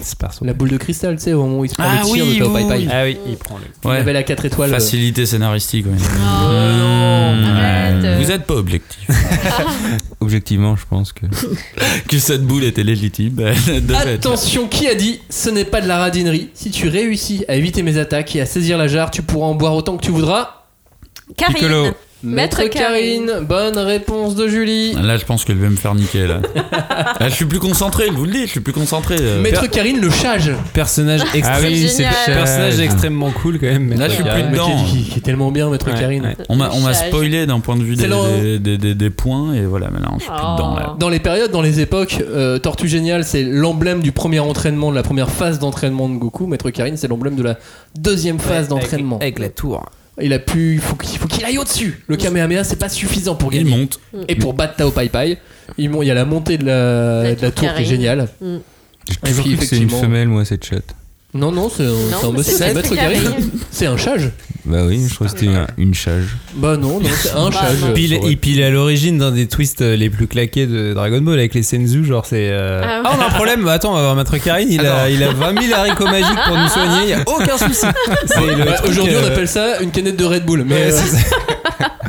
Speaker 3: C'est par son.
Speaker 1: La boule de cristal, tu sais, au moment où il se prend
Speaker 2: Ah
Speaker 1: le
Speaker 2: oui,
Speaker 1: tir de Tao
Speaker 2: oui,
Speaker 1: Pai Pai.
Speaker 2: oui.
Speaker 3: Ah oui, il prend le.
Speaker 1: Il avait
Speaker 2: Ouais.
Speaker 1: la 4 étoiles. euh.
Speaker 2: Facilité scénaristique. ouais.
Speaker 4: non, arrête.
Speaker 2: Vous êtes pas objectif.
Speaker 5: Objectivement, je pense que.
Speaker 2: que [laughs] cette boule était [laughs] légitime. elle devait être là.
Speaker 1: euh. Attention, qui a dit Ce n'est pas de la radinerie. Si tu réussis à éviter mes attaques et à saisir la jarre, tu pourras en boire autant que tu voudras.
Speaker 4: Karine.
Speaker 2: Piccolo.
Speaker 4: Maître
Speaker 1: Karine. Bonne réponse de Julie.
Speaker 2: Là, je pense qu'elle va me faire niquer. Là. Là, je suis plus concentré, je vous le dis, je suis plus concentré. euh.
Speaker 1: Maître Karine, le chage.
Speaker 3: [laughs] Personnage
Speaker 5: Ah
Speaker 3: extrêmement.
Speaker 5: oui, c'est
Speaker 4: génial.
Speaker 5: le
Speaker 3: Personnage
Speaker 5: chef.
Speaker 3: extrêmement cool quand même. mais
Speaker 2: Là, je suis
Speaker 3: il y a-
Speaker 2: plus
Speaker 1: mais
Speaker 2: dedans.
Speaker 1: qui, est- qui est tellement bien, Maître
Speaker 3: Ouais,
Speaker 1: Karine.
Speaker 3: ouais.
Speaker 2: On m'a on m'a
Speaker 4: Chage.
Speaker 2: spoilé d'un point de vue
Speaker 1: C'est
Speaker 2: des,
Speaker 1: long.
Speaker 2: des, des- des- des points, et voilà, maintenant, je suis plus
Speaker 4: Oh.
Speaker 2: dedans. Là.
Speaker 1: Dans les périodes, dans les époques, euh, Tortue Géniale, c'est l'emblème du premier entraînement, de la première phase d'entraînement de Goku. Maître Karine, c'est l'emblème de la deuxième phase d'entraînement.
Speaker 3: tour.
Speaker 1: Il a pu. Il faut qu'il faut qu'il aille au-dessus. Le Kamehameha, c'est pas suffisant pour
Speaker 2: Il
Speaker 1: gagner.
Speaker 2: monte.
Speaker 1: Et pour battre Tao Pai Pai, il mon- il y a la montée de la,
Speaker 4: La
Speaker 1: de la
Speaker 4: tour
Speaker 1: tour qui est
Speaker 4: Karine.
Speaker 1: géniale.
Speaker 5: J'ai
Speaker 1: Et
Speaker 5: toujours
Speaker 1: puis,
Speaker 5: cru que c'est une
Speaker 1: effectivement-
Speaker 5: femelle, moi, cette chatte.
Speaker 1: Non, non, c'est
Speaker 4: Non,
Speaker 1: un
Speaker 4: mais
Speaker 1: monsieur,
Speaker 4: c'est
Speaker 1: bah, c'est Maître
Speaker 4: Maître
Speaker 1: Karine.
Speaker 4: Karine.
Speaker 1: C'est un chage.
Speaker 5: Bah oui, je trouve que c'était un- une chage.
Speaker 1: Bah non, non, c'est un
Speaker 4: Bah,
Speaker 1: chage.
Speaker 4: non.
Speaker 3: Pile, et puis il est à l'origine d'un des twists euh, les plus claqués de Dragon Ball avec les Senzu, genre c'est. euh,
Speaker 4: Ah ouais.
Speaker 3: on a un problème, bah, attends, on va voir Maître Karine, il a, il a 20 000 haricots magiques pour nous soigner, il n'y a aucun souci. C'est le
Speaker 1: Bah,
Speaker 3: truc,
Speaker 1: Aujourd'hui, on
Speaker 3: euh,
Speaker 1: appelle ça une canette de Red Bull. Mais euh,
Speaker 3: ouais, c'est ça.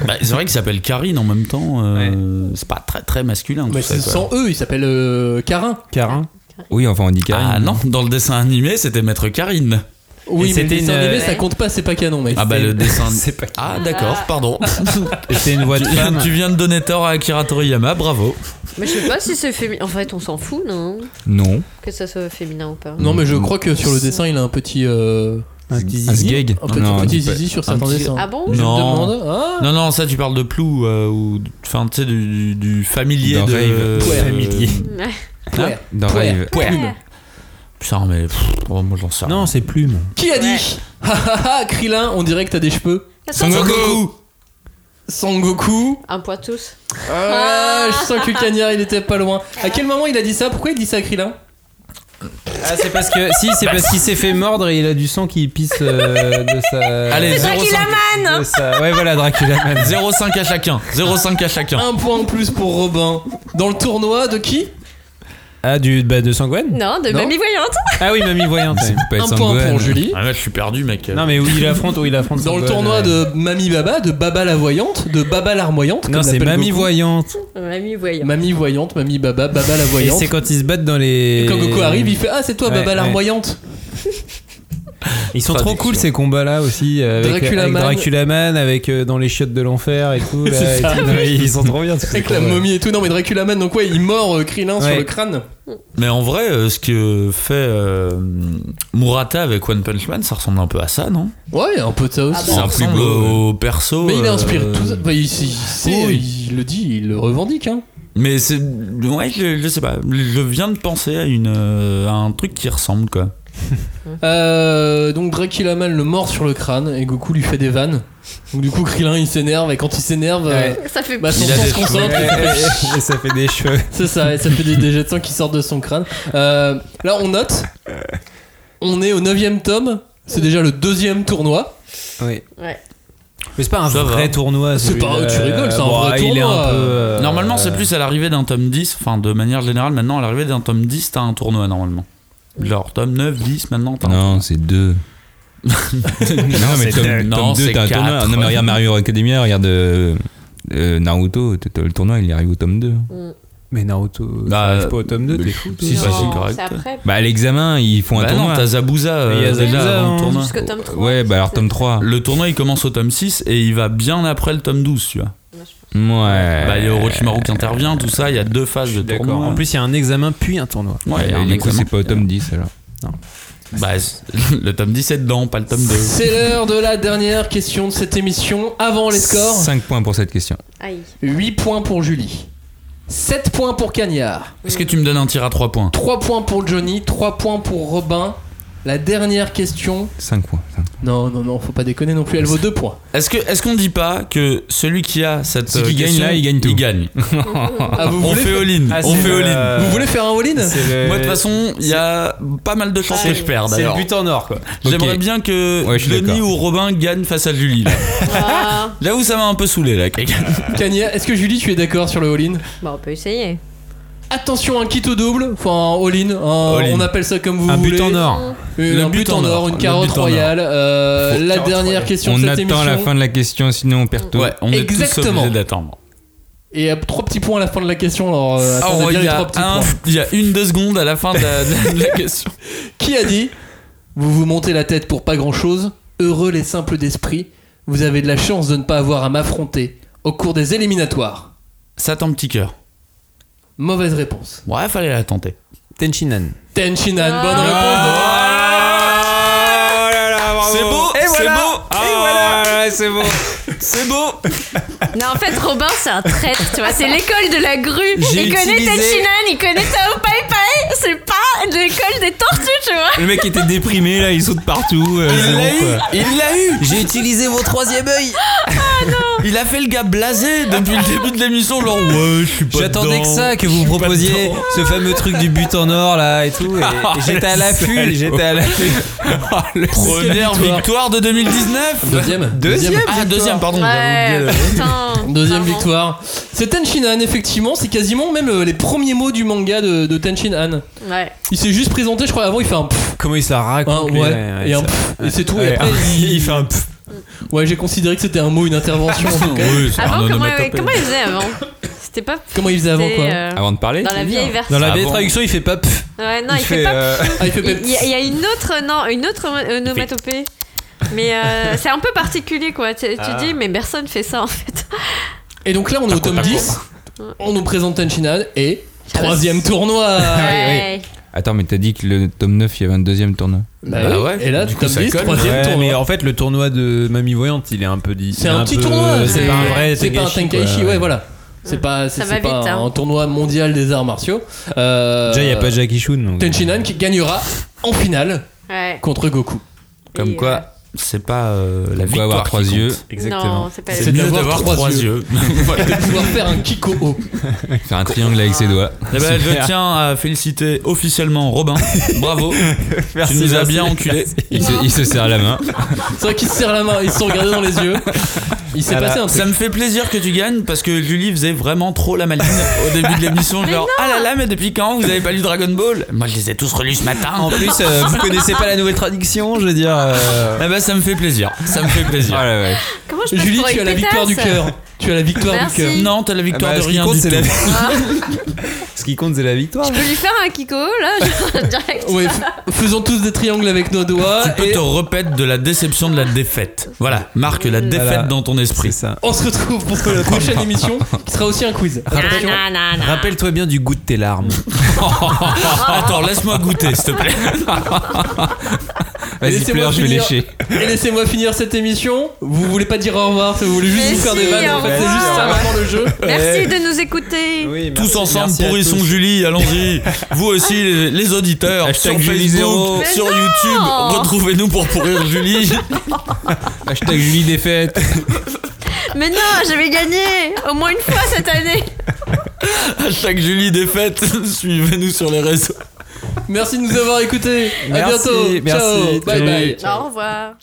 Speaker 2: Bah, c'est vrai qu'il s'appelle Karine en même temps. euh, C'est pas très très masculin.
Speaker 1: mais
Speaker 2: tout ça,
Speaker 1: c'est sans
Speaker 2: quoi.
Speaker 1: eux, il s'appelle euh, Karin.
Speaker 3: Karin.
Speaker 5: Oui, enfin, on dit Karine.
Speaker 2: Ah non, dans le dessin animé, c'était Maître Karine.
Speaker 1: Oui, mais le
Speaker 3: c'était
Speaker 1: dessin
Speaker 3: une-
Speaker 1: animé,
Speaker 3: ouais.
Speaker 1: ça compte pas, c'est pas canon, mec.
Speaker 2: Ah bah le dessin.
Speaker 3: C'est pas
Speaker 2: Ah d'accord, pardon.
Speaker 3: Et C'est une voix
Speaker 2: [laughs]
Speaker 3: de femme.
Speaker 2: tu viens de donner tort à Akira Toriyama, bravo.
Speaker 4: Mais je sais pas si c'est féminin. En fait, on s'en fout, non
Speaker 5: Non.
Speaker 4: Que ça soit féminin ou pas.
Speaker 1: Non, mais je crois que sur le dessin, il a un petit. euh,
Speaker 3: Un petit
Speaker 5: Un
Speaker 3: zizi.
Speaker 5: sgeg.
Speaker 1: un petit,
Speaker 5: Non,
Speaker 1: petit
Speaker 5: dis pas-
Speaker 1: zizi sur
Speaker 2: un
Speaker 1: certains
Speaker 2: petit-
Speaker 1: dessins.
Speaker 4: Ah bon
Speaker 1: Je me
Speaker 2: Non.
Speaker 1: demande. Ah
Speaker 2: Non non, ça tu parles de Plou euh, ou enfin tu sais du, du familier
Speaker 5: D'un
Speaker 2: de euh,
Speaker 5: rave.
Speaker 1: Ouais.
Speaker 2: familier.
Speaker 4: Ouais.
Speaker 1: Ouais.
Speaker 5: Dans
Speaker 1: Ouais.
Speaker 5: Rave.
Speaker 2: Putain mais pff, oh, moi j'en sais rien.
Speaker 3: Non, c'est plume.
Speaker 1: Qui a
Speaker 4: Ouais.
Speaker 1: dit [laughs] Ha ha ha, Krillin, on dirait que t'as des cheveux.
Speaker 4: Attends,
Speaker 1: Son Goku.
Speaker 4: [laughs] Un poids tous.
Speaker 3: Euh,
Speaker 1: Ah, je sens que Cagnard, il était pas loin. À quel moment il a dit ça Pourquoi il dit ça à Krillin
Speaker 3: Ah, c'est parce que. Si, c'est parce qu'il s'est fait mordre et il a du sang qui pisse euh, de sa.
Speaker 2: Allez,
Speaker 4: C'est hein.
Speaker 2: 0,5
Speaker 4: Dracula Man
Speaker 3: de sa- Ouais, voilà, Dracula Man.
Speaker 2: 0,5 à chacun. 0,5 à chacun.
Speaker 1: Un point en plus pour Robin. Dans le tournoi de qui
Speaker 3: Ah, du, bah, de Sangwen
Speaker 4: Non, de
Speaker 1: Non.
Speaker 4: Mamie Voyante
Speaker 3: Ah oui, Mamie Voyante. ouais.
Speaker 5: C'est pas
Speaker 1: Un
Speaker 5: être
Speaker 1: point
Speaker 5: Sangohan.
Speaker 1: pour Julie.
Speaker 2: Ah, là, je suis perdu mec.
Speaker 3: Non, mais où il affronte, où il affronte
Speaker 1: Dans le
Speaker 3: Sangwen,
Speaker 1: tournoi
Speaker 3: euh.
Speaker 1: de Mamie Baba, de Baba la voyante, de Baba l'armoyante.
Speaker 3: Non,
Speaker 1: comme
Speaker 3: c'est
Speaker 1: l'appelle
Speaker 3: Mamie
Speaker 1: Goku.
Speaker 3: Voyante.
Speaker 4: Mamie Voyante.
Speaker 1: Mamie voyante, Mamie Baba, Baba la
Speaker 3: Et
Speaker 1: voyante.
Speaker 3: c'est quand ils se battent dans
Speaker 1: Et
Speaker 3: les.
Speaker 1: quand Goku arrive, il fait Ah, c'est toi,
Speaker 3: Ouais,
Speaker 1: Baba
Speaker 3: ouais.
Speaker 1: l'armoyante.
Speaker 3: Ils sont trop
Speaker 2: Traduction.
Speaker 3: cool ces combats là aussi euh, avec
Speaker 1: Dracula
Speaker 3: avec
Speaker 1: Man.
Speaker 3: Dracula Man avec euh, dans les chiottes de l'enfer et tout là,
Speaker 1: [laughs] C'est
Speaker 3: et
Speaker 1: ça.
Speaker 3: tout. Ouais, ils sont trop bien tous ces
Speaker 1: Avec la
Speaker 3: combats.
Speaker 1: momie et tout. Non, mais Dracula Man, donc ouais, il mord euh, Krillin sur
Speaker 3: Ouais.
Speaker 1: le crâne.
Speaker 2: Mais en vrai, euh, ce que fait euh, Murata avec One Punch Man, ça ressemble un peu à ça, non
Speaker 1: Ouais, il y a un peu de ça aussi.
Speaker 4: Ah bon
Speaker 2: Ça
Speaker 5: un
Speaker 2: ressemble
Speaker 5: plus beau,
Speaker 2: au perso.
Speaker 1: Mais il
Speaker 2: euh,
Speaker 1: a inspiré tout ça. Bah, il, il- c'est-
Speaker 2: oui.
Speaker 1: il le dit, il le revendique. Hein.
Speaker 2: Mais c'est. Ouais, je, je sais pas. Je viens de penser à, une, euh, à un truc qui ressemble, quoi.
Speaker 1: Euh, donc Dracula Man le mord sur le crâne et Goku lui fait des vannes. Donc du coup Krillin il s'énerve et quand il s'énerve, euh,
Speaker 3: Ouais.
Speaker 4: [laughs] Ça fait
Speaker 1: bah, son
Speaker 2: Il a
Speaker 1: sang
Speaker 2: des
Speaker 1: se concentre.
Speaker 3: Ouais, ouais, et ça fait des cheveux.
Speaker 1: [laughs] C'est ça, et ça fait des, des jets de sang qui sortent de son crâne. Euh, là on note, on est au 9ème tome, c'est déjà le deuxième tournoi.
Speaker 3: Oui.
Speaker 4: Ouais.
Speaker 3: Mais c'est pas un
Speaker 2: Ça va.
Speaker 3: vrai tournoi.
Speaker 1: C'est pas-
Speaker 3: celui-là.
Speaker 1: tu rigoles, c'est un
Speaker 3: Bon,
Speaker 1: vrai
Speaker 3: il est
Speaker 1: tournoi.
Speaker 3: un peu, euh,
Speaker 2: Normalement, c'est plus à l'arrivée d'un tome 10, enfin de manière générale, maintenant à l'arrivée d'un tome 10, t'as un tournoi normalement. Genre tome 9, 10, maintenant t'as un
Speaker 5: Non, c'est [laughs] deux. non, mais
Speaker 3: c'est deux.
Speaker 5: comme,
Speaker 2: Non, c'est
Speaker 5: 2, t'as un tournoi.
Speaker 2: quatre.
Speaker 5: Non, mais regarde Mario Academia, regarde euh, euh, Naruto, t- t- le tournoi il arrive au tome 2.
Speaker 3: Mais Naruto,
Speaker 2: Bah,
Speaker 3: bah, pas au tome 2,
Speaker 2: mais
Speaker 3: t'es
Speaker 2: je-
Speaker 3: fou. toi.
Speaker 2: si,
Speaker 4: Non,
Speaker 2: si, c'est correct.
Speaker 4: C'est après.
Speaker 5: Bah, à l'examen, ils font un
Speaker 2: Bah non,
Speaker 5: tournoi.
Speaker 2: t'as Zabuza euh,
Speaker 3: Il y a
Speaker 2: déjà
Speaker 3: Zabuza,
Speaker 2: avant
Speaker 3: hein.
Speaker 2: le tournoi.
Speaker 4: Jusque tome 3.
Speaker 5: ouais, bah alors tome 3.
Speaker 2: Le tournoi il commence au tome 6 et il va bien après le tome 12, tu vois.
Speaker 5: Ouais.
Speaker 2: Bah, il y a Orochimaru qui intervient, tout ça, il y a deux phases de
Speaker 3: D'accord.
Speaker 2: tournoi.
Speaker 3: En plus, il y a un examen puis un tournoi.
Speaker 2: ouais, il y a
Speaker 5: et
Speaker 2: un
Speaker 5: du coup,
Speaker 2: examen.
Speaker 5: c'est pas au tome 10 alors.
Speaker 2: Bah, c'est- [laughs] le tome 10 est dedans, pas le tome 2.
Speaker 1: C'est l'heure de la dernière question de cette émission. Avant les scores,
Speaker 4: [laughs]
Speaker 5: 5 points pour cette question.
Speaker 4: Aïe.
Speaker 1: 8 points pour Julie. 7 points pour Cagnard.
Speaker 2: Est-ce que tu me donnes un tir à 3 points
Speaker 1: 3 points pour Johnny, 3 points pour Robin. La dernière question.
Speaker 5: 5 points.
Speaker 1: Non, non, non, faut pas déconner non plus, elle vaut 2 points.
Speaker 2: Est-ce que est-ce qu'on dit pas que celui qui a cette
Speaker 5: Celui
Speaker 2: euh,
Speaker 5: qui gagne
Speaker 2: question,
Speaker 5: là, il gagne tout.
Speaker 2: Il gagne.
Speaker 1: Ah, vous
Speaker 2: on
Speaker 1: voulez
Speaker 2: fait
Speaker 1: faire-
Speaker 2: all-in. Euh,
Speaker 3: Ah,
Speaker 2: on
Speaker 3: c'est
Speaker 2: fait
Speaker 3: le-
Speaker 2: all-in.
Speaker 1: Vous voulez faire un all-in
Speaker 3: C'est le-
Speaker 2: Moi de toute façon, il y a pas mal de chances que je perde.
Speaker 3: C'est le
Speaker 2: d'ailleurs.
Speaker 3: but en or quoi.
Speaker 2: J'aimerais
Speaker 5: Ok.
Speaker 2: bien que
Speaker 5: Ouais, je suis
Speaker 2: Denis
Speaker 5: d'accord.
Speaker 2: ou Robin gagnent face à Julie. Là,
Speaker 4: Ah,
Speaker 2: Là où ça m'a un peu saoulé là. quelqu'un.
Speaker 1: Cagnard, est-ce que Julie, tu es d'accord sur le all-in
Speaker 4: bah, on peut essayer.
Speaker 1: Attention, un kit au double, enfin un all-in, un-
Speaker 2: All-in.
Speaker 1: on appelle ça comme vous
Speaker 3: Un
Speaker 1: voulez.
Speaker 3: but en or.
Speaker 1: Euh,
Speaker 2: Le
Speaker 1: un but, en or, une
Speaker 2: le
Speaker 1: carotte
Speaker 2: but en or.
Speaker 1: royale. euh, la
Speaker 3: carotte
Speaker 1: dernière
Speaker 3: royale.
Speaker 1: question
Speaker 5: On
Speaker 1: de cette
Speaker 5: attend
Speaker 1: émission.
Speaker 5: la fin de la question, sinon on perd tout.
Speaker 2: Ouais, on est tous
Speaker 1: Exactement.
Speaker 2: obligés d'attendre.
Speaker 1: Et euh, trois petits points à la fin de la question, alors euh, attendez
Speaker 2: Oh,
Speaker 1: bien
Speaker 2: il
Speaker 1: les
Speaker 2: y,
Speaker 1: trois
Speaker 2: a
Speaker 1: petits
Speaker 2: un-
Speaker 1: points.
Speaker 2: il y a une deux secondes à la fin de la, de la question.
Speaker 1: Qui a dit Vous vous montez la tête pour pas grand chose, heureux les simples d'esprit, vous avez de la chance de ne pas avoir à m'affronter au cours des éliminatoires.
Speaker 2: Ça tend petit cœur.
Speaker 1: Mauvaise réponse.
Speaker 2: Ouais, fallait la tenter.
Speaker 3: Tenchinan.
Speaker 1: Tenchinan,
Speaker 4: Ah.
Speaker 1: bonne réponse.
Speaker 2: C'est beau,
Speaker 5: Et
Speaker 2: c'est
Speaker 5: voilà.
Speaker 2: beau,
Speaker 5: Ah, ouais, c'est beau.
Speaker 2: c'est beau.
Speaker 4: Non, en fait, Robin, c'est un traître, tu vois. [laughs] C'est l'école de la grue.
Speaker 2: J'ai
Speaker 4: Il connaît
Speaker 2: utilisé-
Speaker 4: Tachinan, il connaît Tao Pai Pai. C'est pas de l'école des tortues, tu vois.
Speaker 3: Le mec était déprimé là, il saute partout. euh, c'est
Speaker 2: Il l'a
Speaker 3: bon, quoi.
Speaker 2: eu, il l'a eu. Ah, J'ai utilisé mon troisième œil. Il a fait le gars blasé depuis le début de l'émission, genre ouais, je suis pas
Speaker 3: J'attendais
Speaker 2: dedans.
Speaker 3: que ça, que vous me
Speaker 2: Je suis pas
Speaker 3: proposiez
Speaker 2: dedans.
Speaker 3: ce fameux truc du but en or là et tout. et-
Speaker 2: Ah,
Speaker 3: et j'étais à l'affût, j'étais à l'affût.
Speaker 2: Oh, Première victoire de 2019.
Speaker 1: Deuxième.
Speaker 2: Ah, deuxième, pardon. j'avais
Speaker 4: Ouais,
Speaker 2: oublié le-
Speaker 4: putain.
Speaker 1: Deuxième
Speaker 4: Pardon.
Speaker 1: victoire. C'est Tenshinhan, effectivement. C'est quasiment même euh, les premiers mots du manga de, de Tenshinhan.
Speaker 4: Ouais.
Speaker 1: Il s'est juste présenté, je crois, avant, il fait un pfff.
Speaker 3: Comment il se la
Speaker 1: hein,
Speaker 2: Ah,
Speaker 3: raconte
Speaker 1: ouais,
Speaker 3: lui,
Speaker 1: et un
Speaker 3: ça.
Speaker 1: pfff, et c'est tout. et
Speaker 3: Ouais,
Speaker 2: [laughs]
Speaker 1: après, il-
Speaker 3: [laughs] il fait un pfff.
Speaker 1: Ouais, j'ai considéré que c'était un mot, une intervention. en tout cas.
Speaker 2: Oui, c'est un
Speaker 4: Avant, comment,
Speaker 2: Ah, onomatopée. Ah,
Speaker 4: comment ils faisaient avant C'était pas.
Speaker 1: Comment il faisait avant,
Speaker 4: c'était,
Speaker 1: quoi
Speaker 4: euh,
Speaker 5: Hein Avant de parler
Speaker 4: Dans la vieille version.
Speaker 3: Dans la
Speaker 5: Ah
Speaker 3: vieille
Speaker 5: bon
Speaker 3: traduction, il fait pas pfff.
Speaker 4: Ouais, non, il, fait, pas.
Speaker 3: euh,
Speaker 1: Ah, il fait
Speaker 4: Il
Speaker 1: pep.
Speaker 4: il y, a- il y a une autre, non, une autre euh, onomatopée.
Speaker 1: [laughs]
Speaker 4: Mais euh, c'est un peu particulier, quoi. Tu,
Speaker 1: Ah.
Speaker 4: tu dis, mais personne fait ça, en fait.
Speaker 1: Et donc là, on est au tome 10. On nous présente Tenshinhan et troisième tournoi.
Speaker 4: Ouais.
Speaker 5: Attends, mais t'as dit que le tome 9, il y a 22 e tournoi.
Speaker 1: Bah
Speaker 2: Bah
Speaker 1: oui.
Speaker 2: ouais.
Speaker 1: Et là,
Speaker 2: Du coup,
Speaker 1: tome
Speaker 2: ça
Speaker 1: 10,
Speaker 2: colle.
Speaker 1: troisième hein.
Speaker 3: ouais, mais
Speaker 1: tournoi.
Speaker 3: en fait, le tournoi de Mamie Voyante, il est un peu dit.
Speaker 1: C'est un petit
Speaker 3: peu-
Speaker 1: tournoi.
Speaker 3: C'est pas un vrai.
Speaker 1: C'est pas un Tenkaichi, ouais, voilà. C'est pas, c'est
Speaker 4: Ça va
Speaker 1: c'est pas
Speaker 4: vite, hein.
Speaker 1: un tournoi mondial des arts martiaux. Euh,
Speaker 3: Déjà, il n'y a pas Jackie Chun. donc-
Speaker 1: Tenshinhan qui gagnera en finale
Speaker 4: Ouais.
Speaker 1: contre Goku.
Speaker 2: Comme
Speaker 4: Et, euh,
Speaker 2: quoi, c'est pas euh, la
Speaker 5: Comme quoi,
Speaker 2: victoire
Speaker 5: avoir trois
Speaker 2: qui compte.
Speaker 5: yeux.
Speaker 4: Non, c'est pas
Speaker 1: C'est
Speaker 2: C'est mieux d'avoir trois yeux. Voilà.
Speaker 1: De pouvoir faire un Kiko-O.
Speaker 5: Faire un triangle avec ses doigts.
Speaker 2: Eh ben, je
Speaker 5: Super.
Speaker 2: tiens à féliciter officiellement
Speaker 3: [laughs]
Speaker 2: Robin. Bravo, tu
Speaker 3: Merci,
Speaker 2: nous as
Speaker 3: merci.
Speaker 2: bien
Speaker 3: [laughs]
Speaker 2: enculé.
Speaker 5: [laughs] Il se, il se serre la main.
Speaker 1: C'est vrai qu'ils se serrent la main, ils se sont regardés dans les yeux. Il s'est
Speaker 2: Voilà.
Speaker 1: passé un truc.
Speaker 2: Ah Ça me fait plaisir que tu gagnes parce que Julie faisait vraiment trop la maline au début de l'émission. Genre, ah là là, mais depuis quand vous avez pas lu Dragon Ball Moi je les ai tous relus ce matin.
Speaker 3: En plus, euh, vous connaissez pas la nouvelle traduction, je veux dire. euh,
Speaker 2: Eh ben ça me fait plaisir, ça me fait plaisir.
Speaker 5: Ah la vache.
Speaker 4: Comment je passe
Speaker 1: Julie,
Speaker 4: pour
Speaker 1: tu as
Speaker 4: une
Speaker 1: la victoire du
Speaker 4: pétasse
Speaker 1: cœur. Tu as la victoire
Speaker 4: Merci.
Speaker 1: du cœur.
Speaker 2: Non, t'as la victoire
Speaker 3: bah,
Speaker 2: de
Speaker 3: ce qui
Speaker 2: rien
Speaker 3: compte,
Speaker 2: du
Speaker 3: c'est
Speaker 2: tout.
Speaker 3: la. [laughs] ce qui compte, c'est la victoire.
Speaker 4: Je peux lui faire un Kiko,
Speaker 1: [laughs]
Speaker 4: là, genre, direct.
Speaker 1: Ouais, f- faisons tous des triangles avec nos doigts.
Speaker 2: Tu peux
Speaker 1: et
Speaker 2: te repaître de la déception de la défaite. Voilà, marque la défaite
Speaker 3: Voilà.
Speaker 2: dans ton
Speaker 3: C'est
Speaker 2: esprit.
Speaker 3: ça.
Speaker 1: On se retrouve pour la prochaine émission qui sera aussi un quiz.
Speaker 4: Ah,
Speaker 1: Attention.
Speaker 4: Na, na, na, na.
Speaker 3: Rappelle-toi bien du goût de tes larmes.
Speaker 2: [laughs] Attends, laisse-moi goûter, s'il te plaît.
Speaker 5: Vas-y,
Speaker 1: Laissez-moi
Speaker 5: pleure, je vais
Speaker 1: finir.
Speaker 5: lécher.
Speaker 1: Et laissez-moi finir cette émission. Vous voulez pas dire au revoir, vous voulez juste
Speaker 4: Mais
Speaker 1: vous faire des
Speaker 4: si,
Speaker 1: vannes.
Speaker 4: au
Speaker 1: En fait, c'est
Speaker 4: revoir.
Speaker 1: juste ça maintenant le jeu.
Speaker 4: Merci de nous écouter.
Speaker 2: Tous ensemble, pourrissons Julie, allons-y. Vous aussi, les, les auditeurs,
Speaker 5: Hashtag
Speaker 2: sur
Speaker 5: Julie Zéro.
Speaker 2: Facebook,
Speaker 4: Mais
Speaker 2: sur
Speaker 4: non
Speaker 2: YouTube, retrouvez-nous pour pourrir Julie. [laughs]
Speaker 5: Hashtag Julie défaite.
Speaker 4: Mais non, j'avais gagné au moins une fois cette année.
Speaker 2: Hashtag Julie défaite, [laughs] suivez-nous sur les réseaux.
Speaker 1: Merci de nous avoir écoutés. à
Speaker 3: Merci,
Speaker 1: bientôt.
Speaker 3: merci.
Speaker 1: Ciao. Bye
Speaker 3: Salut.
Speaker 1: bye.
Speaker 4: Au revoir.